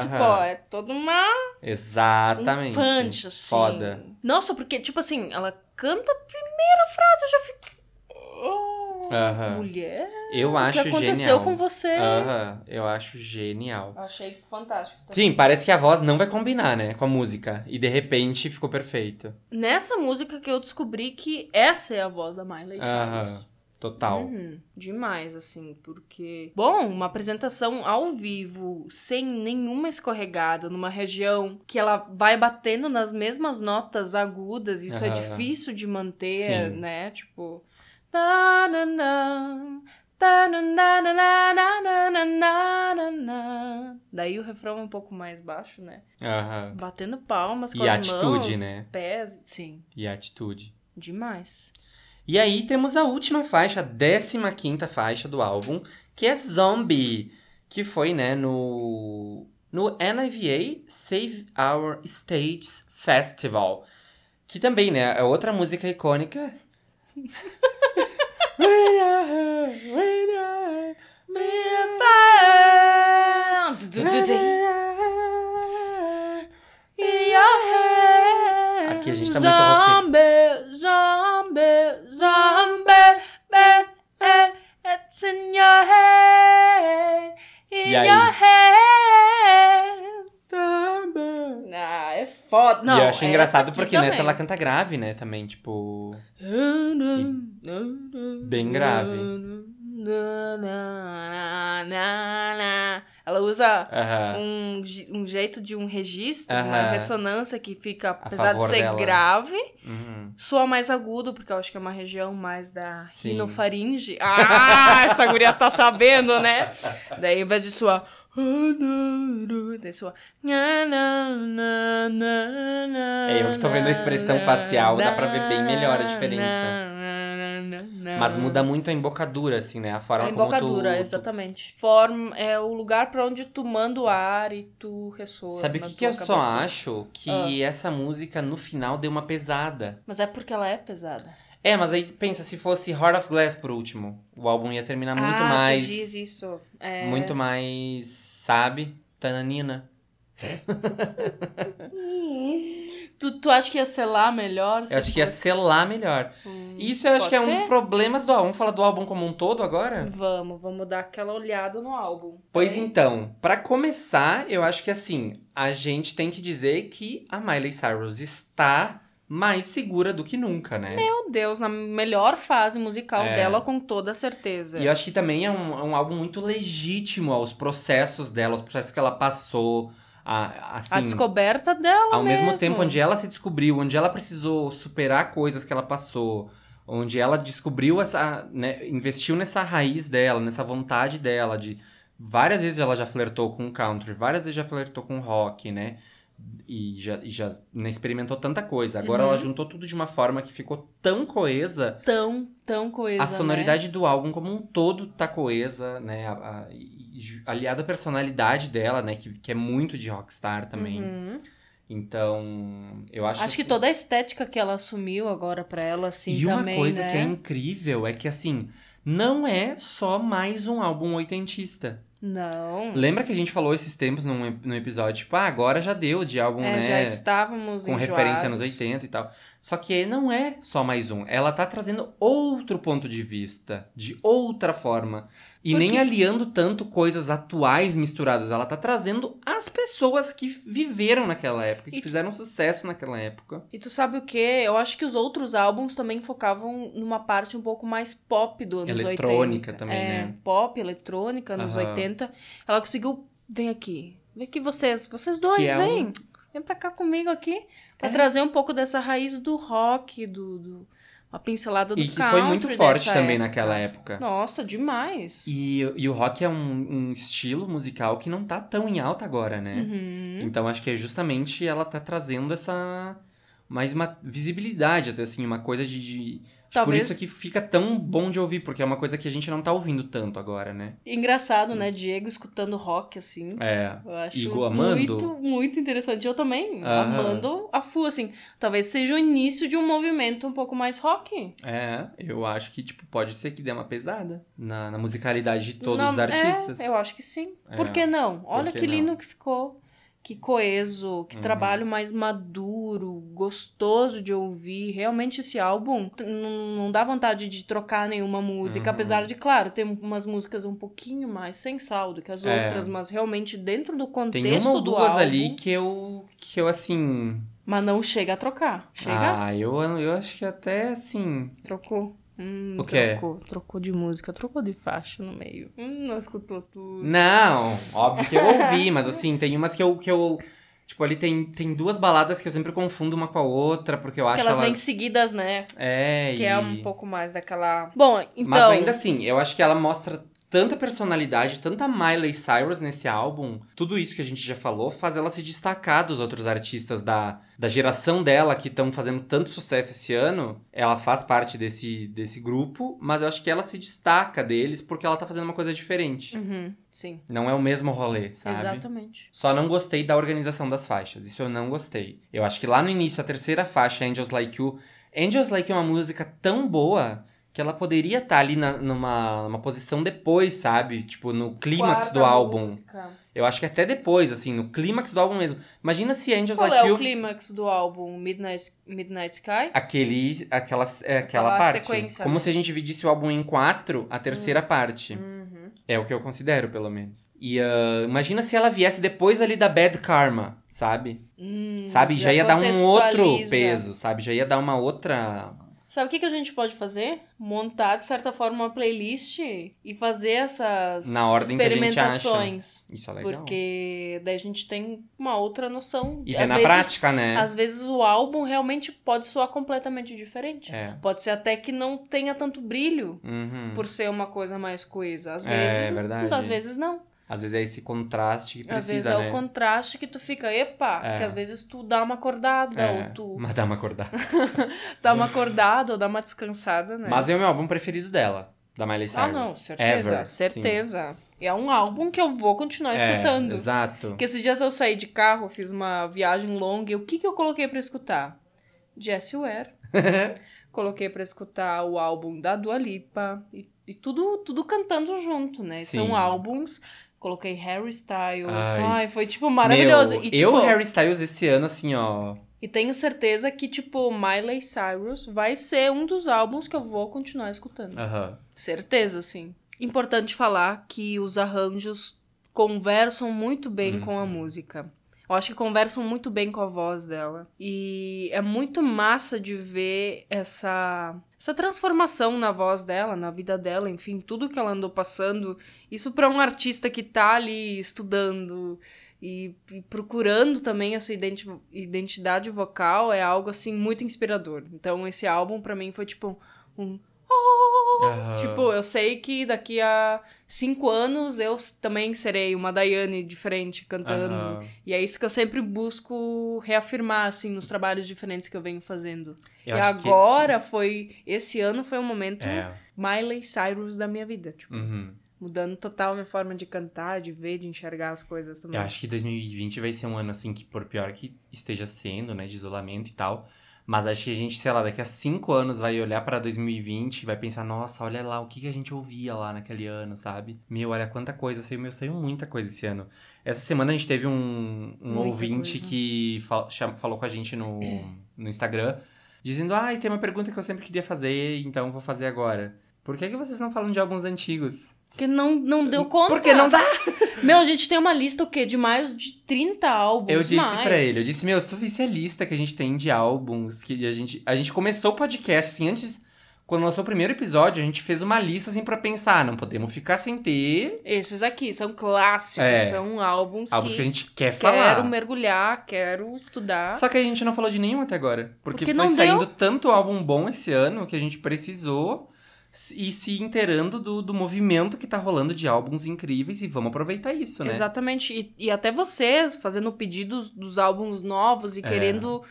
Tipo,
Aham.
ó, é toda uma
Exatamente.
Um punch, assim.
Foda.
Nossa, porque, tipo assim, ela canta a primeira frase, eu já fico. Oh,
Aham.
Mulher,
É. Eu
o que
acho
aconteceu
genial.
com você?
Aham, eu acho genial.
Achei fantástico. também.
Sim, parece que a voz não vai combinar, né, com a música. E de repente ficou perfeito.
Nessa música que eu descobri que essa é a voz da Miley Cyrus.
Aham, total.
Uhum, demais, assim, porque. Bom, uma apresentação ao vivo, sem nenhuma escorregada, numa região que ela vai batendo nas mesmas notas agudas, isso é
Aham.
difícil de
Sim.
manter, né? Tipo. Na, na, na, ta, na, na, na, na, na, na, na, na, na, na. Daí o refrão é um pouco mais baixo, né?
Aham.
Batendo palmas com
E
as
a atitude,
mãos,
né?
pés. Sim,
E a atitude.
demais.
E aí temos a última faixa, a 15 faixa do álbum, que é Zombie, que foi, né, no no NIVA Save Our Stages Festival, que também, né, é outra música icônica.
In your head.
Aqui a gente tá muito
Zombie,
roqueiro.
zombie, zombie, be- eh, it's in your head, in
E aí?
your head. Ah, é foda. Não,
e eu acho engraçado porque nessa ela
ela
canta grave, né? Também, tipo. Bem grave.
Ela usa
Aham.
um, je- um jeito de um registro,
Ah. Aham.
uma ressonância que fica, apesar de
favor
ser
dela.
grave,
Uhum.
soa mais agudo, porque eu acho que é uma região mais da
Sim.
rinofaringe. Ah, essa guria tá sabendo, né? Daí, ao invés de soar... Daí soa... É,
É, eu que tô vendo a expressão facial, dá pra ver bem melhor a diferença. Mas muda muito a embocadura, assim, né? A forma
a
como tu-
É embocadura,
tu-
exatamente. Forma é o lugar pra onde tu manda o ar e tu ressoa.
Sabe o
na
que, que eu
tua
só
cabeça. Ah.
acho? Que essa música, no final, deu uma pesada.
Mas é porque ela é pesada.
É, mas aí pensa, se fosse Heart of Glass por último, o álbum ia terminar É muito
ah,
mais. Hum.
Tu diz isso. É...
Muito mais, sabe? Tananina.
Tu, tu acha que ia ser lá melhor? se
Eu acho que ia
fosse- Hum,
selar melhor. Isso eu acho
pode
que é um dos
ser?
problemas do álbum. Vamos falar do álbum como um todo agora?
assim, Vamos, vamos dar aquela olhada no álbum. É.
Pois então, pra começar, eu acho que assim, a gente tem que dizer que a Miley Cyrus está mais segura do que nunca, né?
Meu Deus, na melhor fase musical
É.
dela, com toda certeza.
E eu acho que também é um, é um álbum muito legítimo aos processos dela, aos processos que ela passou, a, assim,
A descoberta dela
ao mesmo tempo onde ela se descobriu, onde ela precisou superar coisas que ela passou, onde ela descobriu essa, né, investiu nessa raiz dela, nessa vontade dela de várias vezes ela já flertou com o country, várias vezes já flertou com o rock, né? E já, e já né, experimentou tanta coisa. Agora ela juntou tudo de uma forma que ficou tão coesa
Tão, tão coisa, né?
a sonoridade do álbum como um todo tá coesa, né? A- a- e- e ju- aliado à personalidade dela, né? Que, que é muito de rockstar
né?
também.
Uhum.
Então, eu acho
Acho, que
assim-
toda a estética que ela assumiu agora pra ela, assim,
E
também,
uma coisa
né?
que é incrível é que, assim, não é só mais um álbum oitentista.
Não.
Lembra que a gente falou esses tempos num, ep- num episódio, tipo, ah, agora já deu de álbum,
É,
né?
já estávamos
com referência anos 80 e tal. Só que não é só mais um. Ela tá trazendo outro ponto de vista, de outra forma. E
Porque-
nem aliando tanto coisas atuais misturadas. Ela tá trazendo as pessoas que viveram naquela época, que
E-
fizeram sucesso naquela época.
E tu sabe o que? Eu acho que os outros álbuns também focavam numa parte um pouco mais pop do anos 80.
Eletrônica também,
é,
né?
Pop, eletrônica, anos
Aham.
80. Ela conseguiu. Vem aqui. Vem aqui vocês. Vocês dois,
Que é
vem. Vem pra cá comigo aqui. Pra trazer um pouco dessa raiz do rock, do. do- uma pincelada do
E que foi muito
country
forte
dessa
também
época.
naquela época.
Nossa, demais.
E, e o rock é um, um estilo musical que não tá tão em alta agora, né?
Uhum.
Então acho que é justamente ela tá trazendo essa mais uma visibilidade, até assim, uma coisa de. de-
Talvez-
Por isso que fica tão bom de ouvir, porque é uma coisa que a gente não tá ouvindo tanto agora, né?
Engraçado, né? Diego escutando rock assim.
É.
Eu acho
E go- amando?
muito, muito interessante. Eu também,
Aham.
amando a full, assim. Talvez seja o início de um movimento um pouco mais rock.
É, eu acho que, tipo, pode ser que dê uma pesada na, na musicalidade de todos
Não,
os artistas.
É, eu acho que sim.
É.
Por que não? Olha
que
que lindo
não? Uhum.
que ficou. Que coeso, que trabalho mais maduro, gostoso de ouvir. Realmente esse álbum t- não não dá vontade de trocar nenhuma música,
Uhum.
apesar de, claro, tem umas músicas um pouquinho mais sem sal do que as
É.
outras, mas realmente dentro do contexto
Tem uma ou
do
duas
álbum,
ali que eu. que eu assim.
mas não chega a trocar. Chega?
Ah, eu, eu acho que até assim.
Trocou. Hum,
O quê?
Trocou, trocou de música, trocou de faixa no meio. Hum, não escutou tudo.
Não, óbvio que eu ouvi, mas assim, tem umas que eu. Que eu tipo, ali tem, tem duas baladas que eu sempre confundo uma com a outra, porque eu acho
Porque
que
elas vêm seguidas, né?
É,
Que
e...
é um pouco mais daquela. Bom, então.
Mas ainda assim, eu acho que ela mostra tanta personalidade, tanta Miley Cyrus nesse álbum. Tudo isso que a gente já falou faz ela se destacar dos outros artistas da, da geração dela que estão fazendo tanto sucesso esse ano. Ela faz parte desse, desse grupo, mas eu acho que ela se destaca deles porque ela tá fazendo uma coisa diferente.
Uhum, sim,
Não é o mesmo rolê, sabe?
exatamente.
Só não gostei da organização das faixas. Isso eu não gostei. Eu acho que lá no início, a terceira faixa, Angels Like You. Angels Like You é uma música tão boa que ela poderia tá estar ali na- numa, numa posição depois, sabe? Tipo, no clímax do álbum. Eu acho que até depois, assim, no clímax do álbum mesmo. Imagina se Angels
Qual
Like
é
You.
o clímax do álbum Midnight, Midnight Sky?
Aquele, aquela, é, aquela
Aquela
parte.
sequência,
Como
né? Hum.
se a gente dividisse o álbum em quatro, a terceira parte.
Uhum.
É o que eu considero, pelo menos. E ah, imagina se ela viesse depois ali da Bad Karma, sabe?
Hum,
sabe? Já, ia dar um outro
contextualiza.
peso, sabe? Já ia dar uma outra.
Sabe o que, que a gente pode fazer? Montar, de certa forma, uma playlist e fazer essas
Na ordem que a gente acha.
experimentações.
Isso é legal.
Porque daí a gente tem uma outra noção.
E
Às
ver na
vezes-
prática, né?
Às vezes o álbum realmente pode soar completamente diferente.
É.
Pode ser até que não tenha tanto brilho
Uhum.
por ser uma coisa mais coesa. Às
É,
vezes,
é verdade.
às vezes não.
Às vezes é esse contraste que precisa,
às vezes
né?
é o contraste que tu fica, epa,
É.
que às vezes tu dá uma acordada,
É,
ou tu
Mas dá uma acordada.
dá uma acordada, ou dá uma descansada, né?
Mas é o meu álbum preferido dela, da Miley Cyrus.
Ah, não, certeza,
Ever, sim.
certeza. E é um álbum que eu vou continuar
É,
escutando.
Exato.
Porque esses dias eu saí de carro, fiz uma viagem longa, e o que, que eu coloquei pra escutar? Jessie Ware. coloquei pra escutar o álbum da Dua Lipa, e, e tudo, tudo cantando junto, né?
Sim.
São álbuns... Coloquei Harry Styles.
Ai.
Ai, foi, tipo, maravilhoso.
Meu,
e,
eu,
tipo,
Harry Styles, esse ano, assim, ó.
E tenho certeza que, tipo, Miley Cyrus vai ser um dos álbuns que eu vou continuar escutando.
Aham.
Certeza, sim. Importante falar que os arranjos conversam muito bem com a música. Eu acho que conversam muito bem com a voz dela. E é muito massa de ver essa, essa transformação na voz dela, na vida dela, enfim, tudo que ela andou passando. Isso pra um artista que tá ali estudando e, e procurando também a sua identi- identidade vocal é algo assim muito inspirador. Então esse álbum pra mim foi tipo um
Aham.
Tipo, eu sei que daqui a cinco anos eu s- também serei uma Daiane diferente cantando.
Aham.
E é isso que eu sempre busco reafirmar, assim, nos trabalhos diferentes que eu venho fazendo.
Eu
e
acho que
agora foi. Esse ano foi um momento
esse- É.
Miley Cyrus da minha vida. Tipo,
Uhum.
mudando total a minha forma de cantar, de ver, de enxergar as coisas também.
Eu acho que 2020 vai ser um ano, assim, que por pior que esteja sendo, né, de isolamento e tal. Mas acho que a gente, sei lá, daqui a cinco anos vai olhar pra 2020 e vai pensar, nossa, olha lá, o que, que a gente ouvia lá naquele ano, sabe? Meu, olha quanta coisa, saiu, meu, saiu muita coisa esse ano. Essa semana a gente teve um, um
Muita
ouvinte
coisa.
que fal- cham- falou com a gente no, no Instagram, dizendo, ai, tem uma pergunta que eu sempre queria fazer, então vou fazer agora. Por que, que vocês não falam de alguns antigos?
Porque não, não deu conta.
Porque não dá
Meu, a gente tem uma lista, o quê? De mais de 30 álbuns.
Eu disse
mais.
pra ele, eu disse, meu, se tu visse a lista que a gente tem de álbuns, que a gente, a gente começou o podcast, assim, antes, quando lançou o primeiro episódio, a gente fez uma lista, assim, pra pensar, não podemos ficar sem ter
Esses aqui são clássicos,
É.
são álbuns,
álbuns que, a gente quer falar.
Quero mergulhar, quero estudar.
Só que a gente não falou de nenhum até agora,
Porque
porque, foi
não
saindo tanto álbum bom esse ano que a gente precisou s- ir se inteirando do, do movimento que tá rolando de álbuns incríveis e vamos aproveitar isso, né?
Exatamente. E, e até vocês fazendo pedidos dos álbuns novos e querendo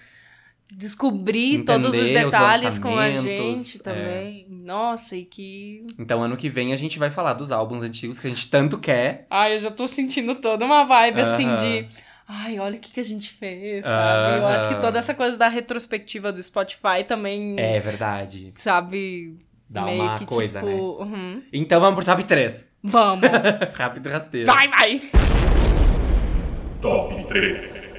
descobrir todos os
É. Entender os
detalhes com a
lançamentos,
gente
é.
também. Nossa, e que.
Então ano que vem a gente vai falar dos álbuns antigos que a gente tanto quer.
Ai, eu já tô sentindo toda uma vibe assim
Aham.
de. Ai, olha o que, que a gente fez, sabe? Eu acho que
Aham.
toda essa coisa da retrospectiva do Spotify também,
É verdade.
sabe?
Dá
meio
uma
que
coisa,
tipo.
né?
uhum.
Então vamos pro top 3.
Vamos!
Rápido e rasteiro.
vai, vai!
Top 3.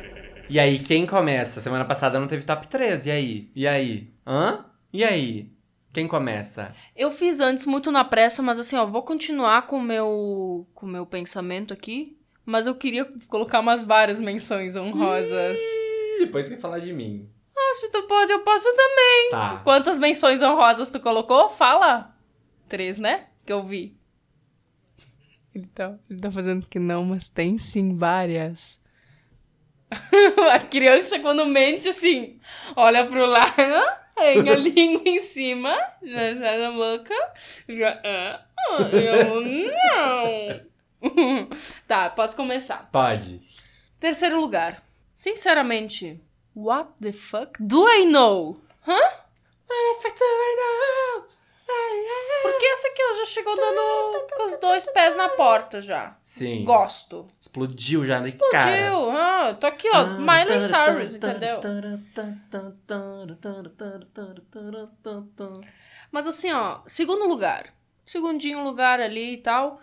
E aí, quem começa? Semana passada não teve top 3. E aí? E aí? Hã? E aí? Quem começa?
Eu fiz antes muito na pressa, mas assim, ó, vou continuar com o meu, com o meu pensamento aqui. Mas eu queria colocar umas várias menções honrosas.
Ih, depois quem falar de mim.
Ah, se tu pode, eu posso também.
Tá.
Quantas menções honrosas tu colocou? Fala! Três, né? Que eu vi. Ele tá, ele tá fazendo que não, mas tem sim várias. A criança, quando mente, assim, olha pro lado, tem a língua em cima, na na boca, já, ah, eu não. tá, posso começar.
Pode.
Terceiro lugar. Sinceramente, what the fuck do I know? Hã? Porque essa aqui eu já chegou dando com os dois pés na porta já.
Sim.
Gosto.
Explodiu já de cara.
Explodiu. Ah, tô aqui, ó. Miley Cyrus, entendeu? Mas assim, ó, segundo lugar. Segundinho lugar ali e tal.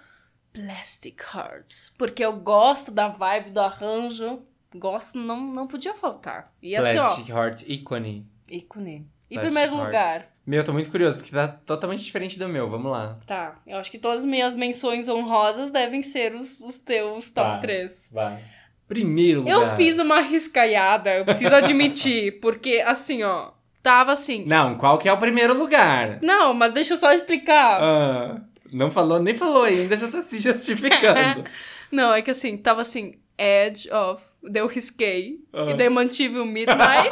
Plastic Hearts. Porque eu gosto da vibe, do arranjo. Gosto, não, não podia faltar. E assim,
Plastic
ó,
Heart Icone.
ícone. Em
Plastic
primeiro
Hearts.
lugar,
Meu, eu tô muito curioso, porque tá totalmente diferente do meu. Vamos lá.
tá. Eu acho que todas as minhas menções honrosas devem ser os, os teus
Vai.
top três.
Vai. Primeiro
Eu
Tá. lugar.
fiz uma riscaiada, eu preciso admitir. Porque, assim, ó, tava assim.
Não, qual que é o primeiro lugar?
Não, mas deixa eu só explicar.
Ah, não falou, nem falou ainda, já tá se justificando.
Não, é que assim, tava assim, Edge of. Daí eu risquei.
Ah.
E daí mantive o Midnight.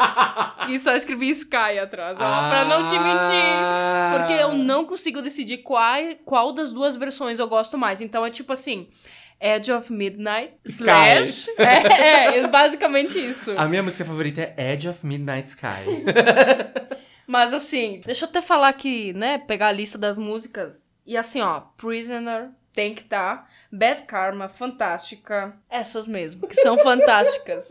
e só escrevi Sky atrás, ó. pra não te mentir.
Ah.
Porque eu não consigo decidir qual, qual das duas versões eu gosto mais. Então é tipo assim. Edge of Midnight slash. É, é, é basicamente isso.
Ah, A minha música favorita é Edge of Midnight Sky.
É Mas assim, deixa eu até falar aqui, né? Pegar a lista das músicas. E assim, ó, Prisoner tem que tá. Bad Karma, Fantástica. Essas mesmo, que são fantásticas.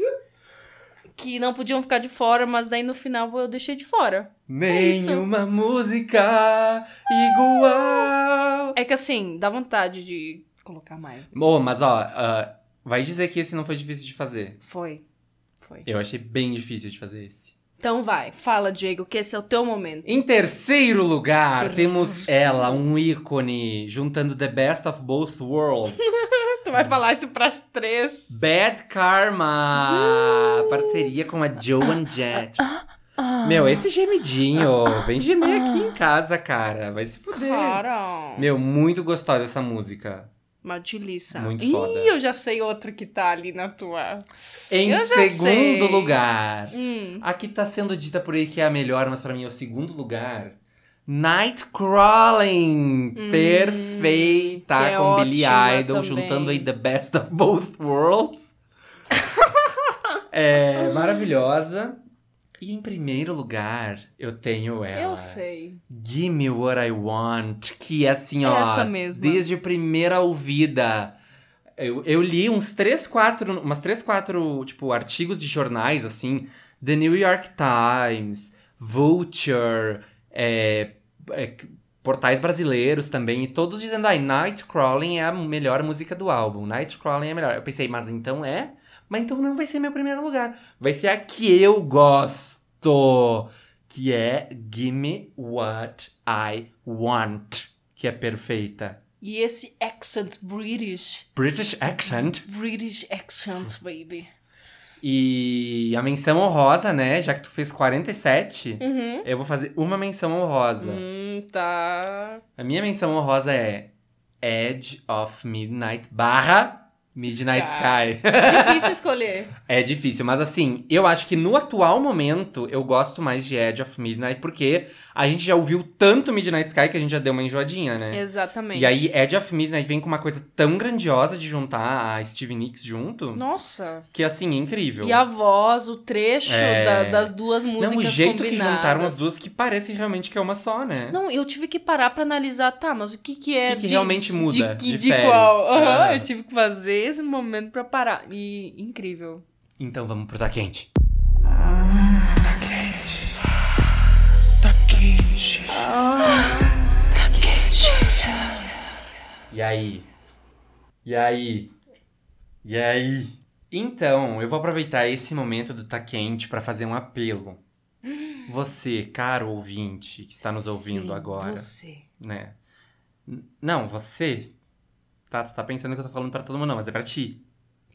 Que não podiam ficar de fora, mas daí no final eu deixei de fora.
Nenhuma música igual.
É que assim, dá vontade de colocar mais.
Bom, mas ó, ah, vai dizer que esse não foi difícil de fazer.
Foi. Foi.
Eu achei bem difícil de fazer esse.
Então vai, fala, Diego, que esse é o teu momento.
Em terceiro lugar,
Terceiro.
temos ela, um ícone, juntando The Best of Both Worlds.
Tu vai falar isso pras três.
Bad Karma!
Uh!
Parceria com a Joan Jett.
Ah,
Meu, esse gemidinho. Vem gemer aqui em casa, cara. Vai se fuder.
Cara.
Meu, muito gostosa essa música.
Madilissa.
Muito
Ih,
foda.
eu já sei outra que tá ali na tua.
Em
Eu já
segundo
sei.
lugar,
Hum.
a que tá sendo dita por aí que é a melhor, mas pra mim é o segundo lugar. Nightcrawling! perfeita!
Hum, que é
com Billy
ótima
Idol,
também.
juntando aí The Best of Both Worlds. é maravilhosa. E em primeiro lugar, eu tenho ela.
Eu sei.
Give Me What I Want, que é assim, ó,
Essa mesma.
desde a primeira ouvida. Eu, eu li uns três, quatro, umas três, quatro, tipo, artigos de jornais, assim, The New York Times, Vulture, é, é, portais brasileiros também, e todos dizendo, ai, Nightcrawling é a melhor música do álbum, Nightcrawling é a melhor. Eu pensei, mas então é? Mas então não vai ser meu primeiro lugar, vai ser a que eu gosto, que é Gimme What I Want, que é perfeita.
E esse accent British.
British accent.
British accent, baby.
E a menção honrosa, né? Já que tu fez 47, eu vou fazer uma menção honrosa.
Uhum. Hum, tá.
A minha menção honrosa é Edge of Midnight barra Midnight Sky.
Difícil escolher.
é difícil, mas assim, eu acho que no atual momento eu gosto mais de Edge of Midnight, porque a gente já ouviu tanto Midnight Sky que a gente já deu uma enjoadinha, né?
Exatamente.
E aí, Edge of Midnight vem com uma coisa tão grandiosa de juntar a Steve Nicks junto,
Nossa.
que assim, é incrível.
E a voz, o trecho
É.
da- das duas músicas
Não, o jeito
combinadas.
que juntaram as duas que parece realmente que é uma só, né?
Não, eu tive que parar pra analisar, tá, mas o que que é
O que que
de-
realmente muda,
De, que-
difere?
de qual? Aham,
Ah.
Eu tive que fazer esse momento pra parar. E incrível.
Então vamos pro Tá Quente. E aí? E aí? E aí? Então, eu vou aproveitar esse momento do Tá Quente pra fazer um apelo. Você, caro ouvinte, que está Tá nos ouvindo
Sim,
agora,
Você.
né? N- Não, você. Tá, tu tá pensando que eu tô falando pra todo mundo, não, mas é pra ti.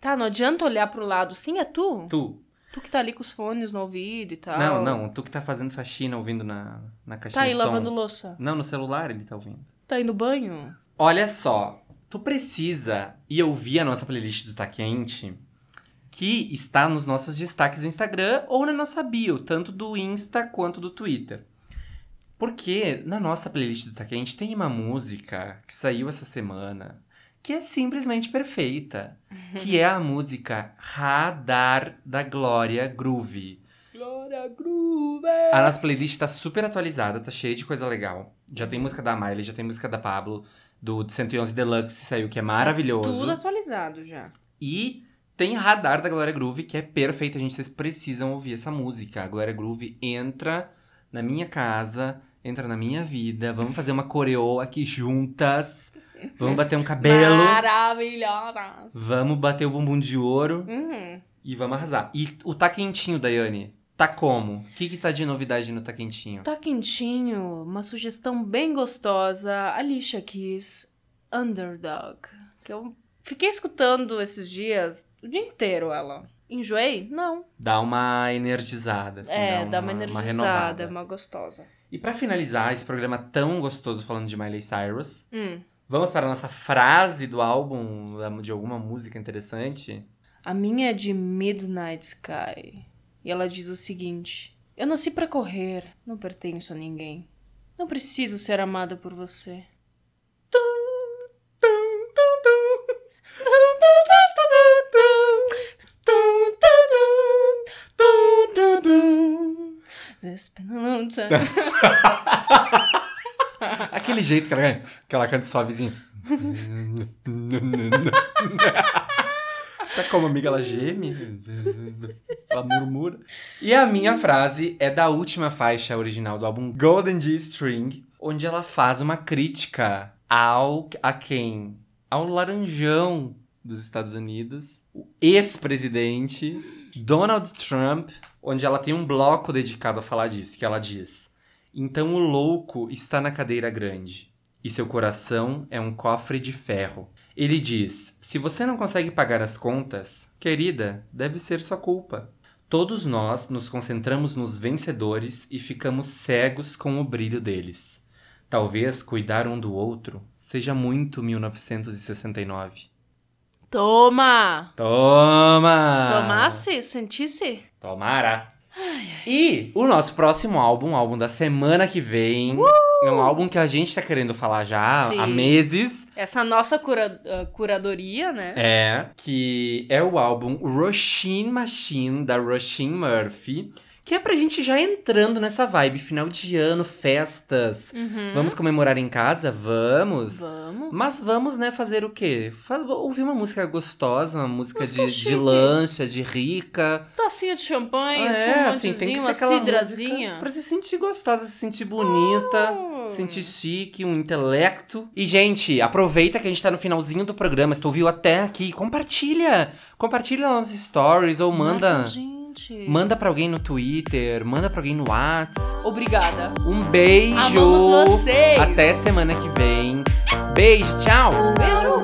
Tá, não adianta olhar pro lado. Sim, é tu?
Tu,
Tu que tá ali com os fones no ouvido e tal.
Não, um não, tu que tá fazendo faxina ouvindo na, na caixinha
Tá aí
de som.
lavando louça.
Não, no celular ele tá ouvindo.
Tá aí no banho.
Olha só, tu precisa ir ouvir a nossa playlist do Tá Quente, que está nos nossos destaques do Instagram ou na nossa bio, tanto do Insta quanto do Twitter. Porque na nossa playlist do Tá Quente tem uma música que saiu essa semana que é simplesmente perfeita, que é a música Radar da Glória Groove.
Glória Groover.
A nossa playlist tá super atualizada, tá cheia de coisa legal. Já tem música da Miley, já tem música da Pablo, do 111 Deluxe que saiu, que é maravilhoso.
Tudo atualizado já.
E tem Radar da Glória Groove, que é perfeita, gente. Vocês precisam ouvir essa música. A Glória Groove entra na minha casa entra na minha vida, vamos fazer uma coreo aqui juntas, vamos bater um cabelo,
Maravilhosa.
vamos bater o bumbum de ouro
Uhum.
e vamos arrasar. E o tá quentinho, Daiane? Tá como? O que que tá de novidade no tá quentinho?
Tá quentinho, uma sugestão bem gostosa. Alicia Keys, Underdog. Que eu fiquei escutando esses dias, o dia inteiro ela. Enjoei? Não.
Dá uma energizada, assim,
é, dá uma,
Uma
energizada,
renovada.
é uma gostosa.
E pra finalizar esse programa tão gostoso falando de Miley Cyrus,
Hum.
vamos para a nossa frase do álbum, da- de alguma música interessante?
A minha é de Midnight Sky. E ela diz o seguinte: Eu nasci pra correr, não pertenço a ninguém. Não preciso ser amada por você. It's been a long time.
Aquele jeito que ela, canta- que ela canta suavezinho. Tá como amiga, ela geme. Ela murmura. E a minha frase é da última faixa original do álbum Golden G-String, onde ela faz uma crítica ao a quem? Ao laranjão dos Estados Unidos, o ex-presidente Donald Trump, onde ela tem um bloco dedicado a falar disso, que ela diz: "Então o louco está na cadeira grande e seu coração é um cofre de ferro." Ele diz: "Se você não consegue pagar as contas, querida, deve ser sua culpa." Todos nós nos concentramos nos vencedores e ficamos cegos com o brilho deles. Talvez cuidar um do outro seja muito 1969.
Toma!
Toma!
Tomasse? Sentisse?
Tomara! E o nosso próximo álbum, o álbum da semana que vem, é um álbum que a gente tá querendo falar já
Sim.
há meses.
Essa nossa cura- ah, curadoria, né?
É, que é o álbum Roshin Machine, da Roshin Murphy, que é pra gente já entrando nessa vibe, final de ano, festas. Vamos comemorar em casa? Vamos.
Uhum. Vamos.
Mas vamos, né, fazer o quê? Fa- Ouvir uma música gostosa, uma música
Música
de,
chique.
de lancha, de rica.
Tacinha de champanhe,
é, assim, tem que
espumantezinho,
ser
um uma
aquela
cidrazinha. Oh.
música pra se sentir gostosa, se sentir bonita, se sentir chique, um intelecto. E, gente, aproveita que a gente tá no finalzinho do programa, se tu ouviu até aqui, compartilha! Compartilha nos stories ou manda...
Marca a gente.
Manda pra alguém no Twitter, manda pra alguém no Whats.
Obrigada.
Um beijo!
Amamos vocês!
Até semana que vem. Beijo, tchau!
Beijo.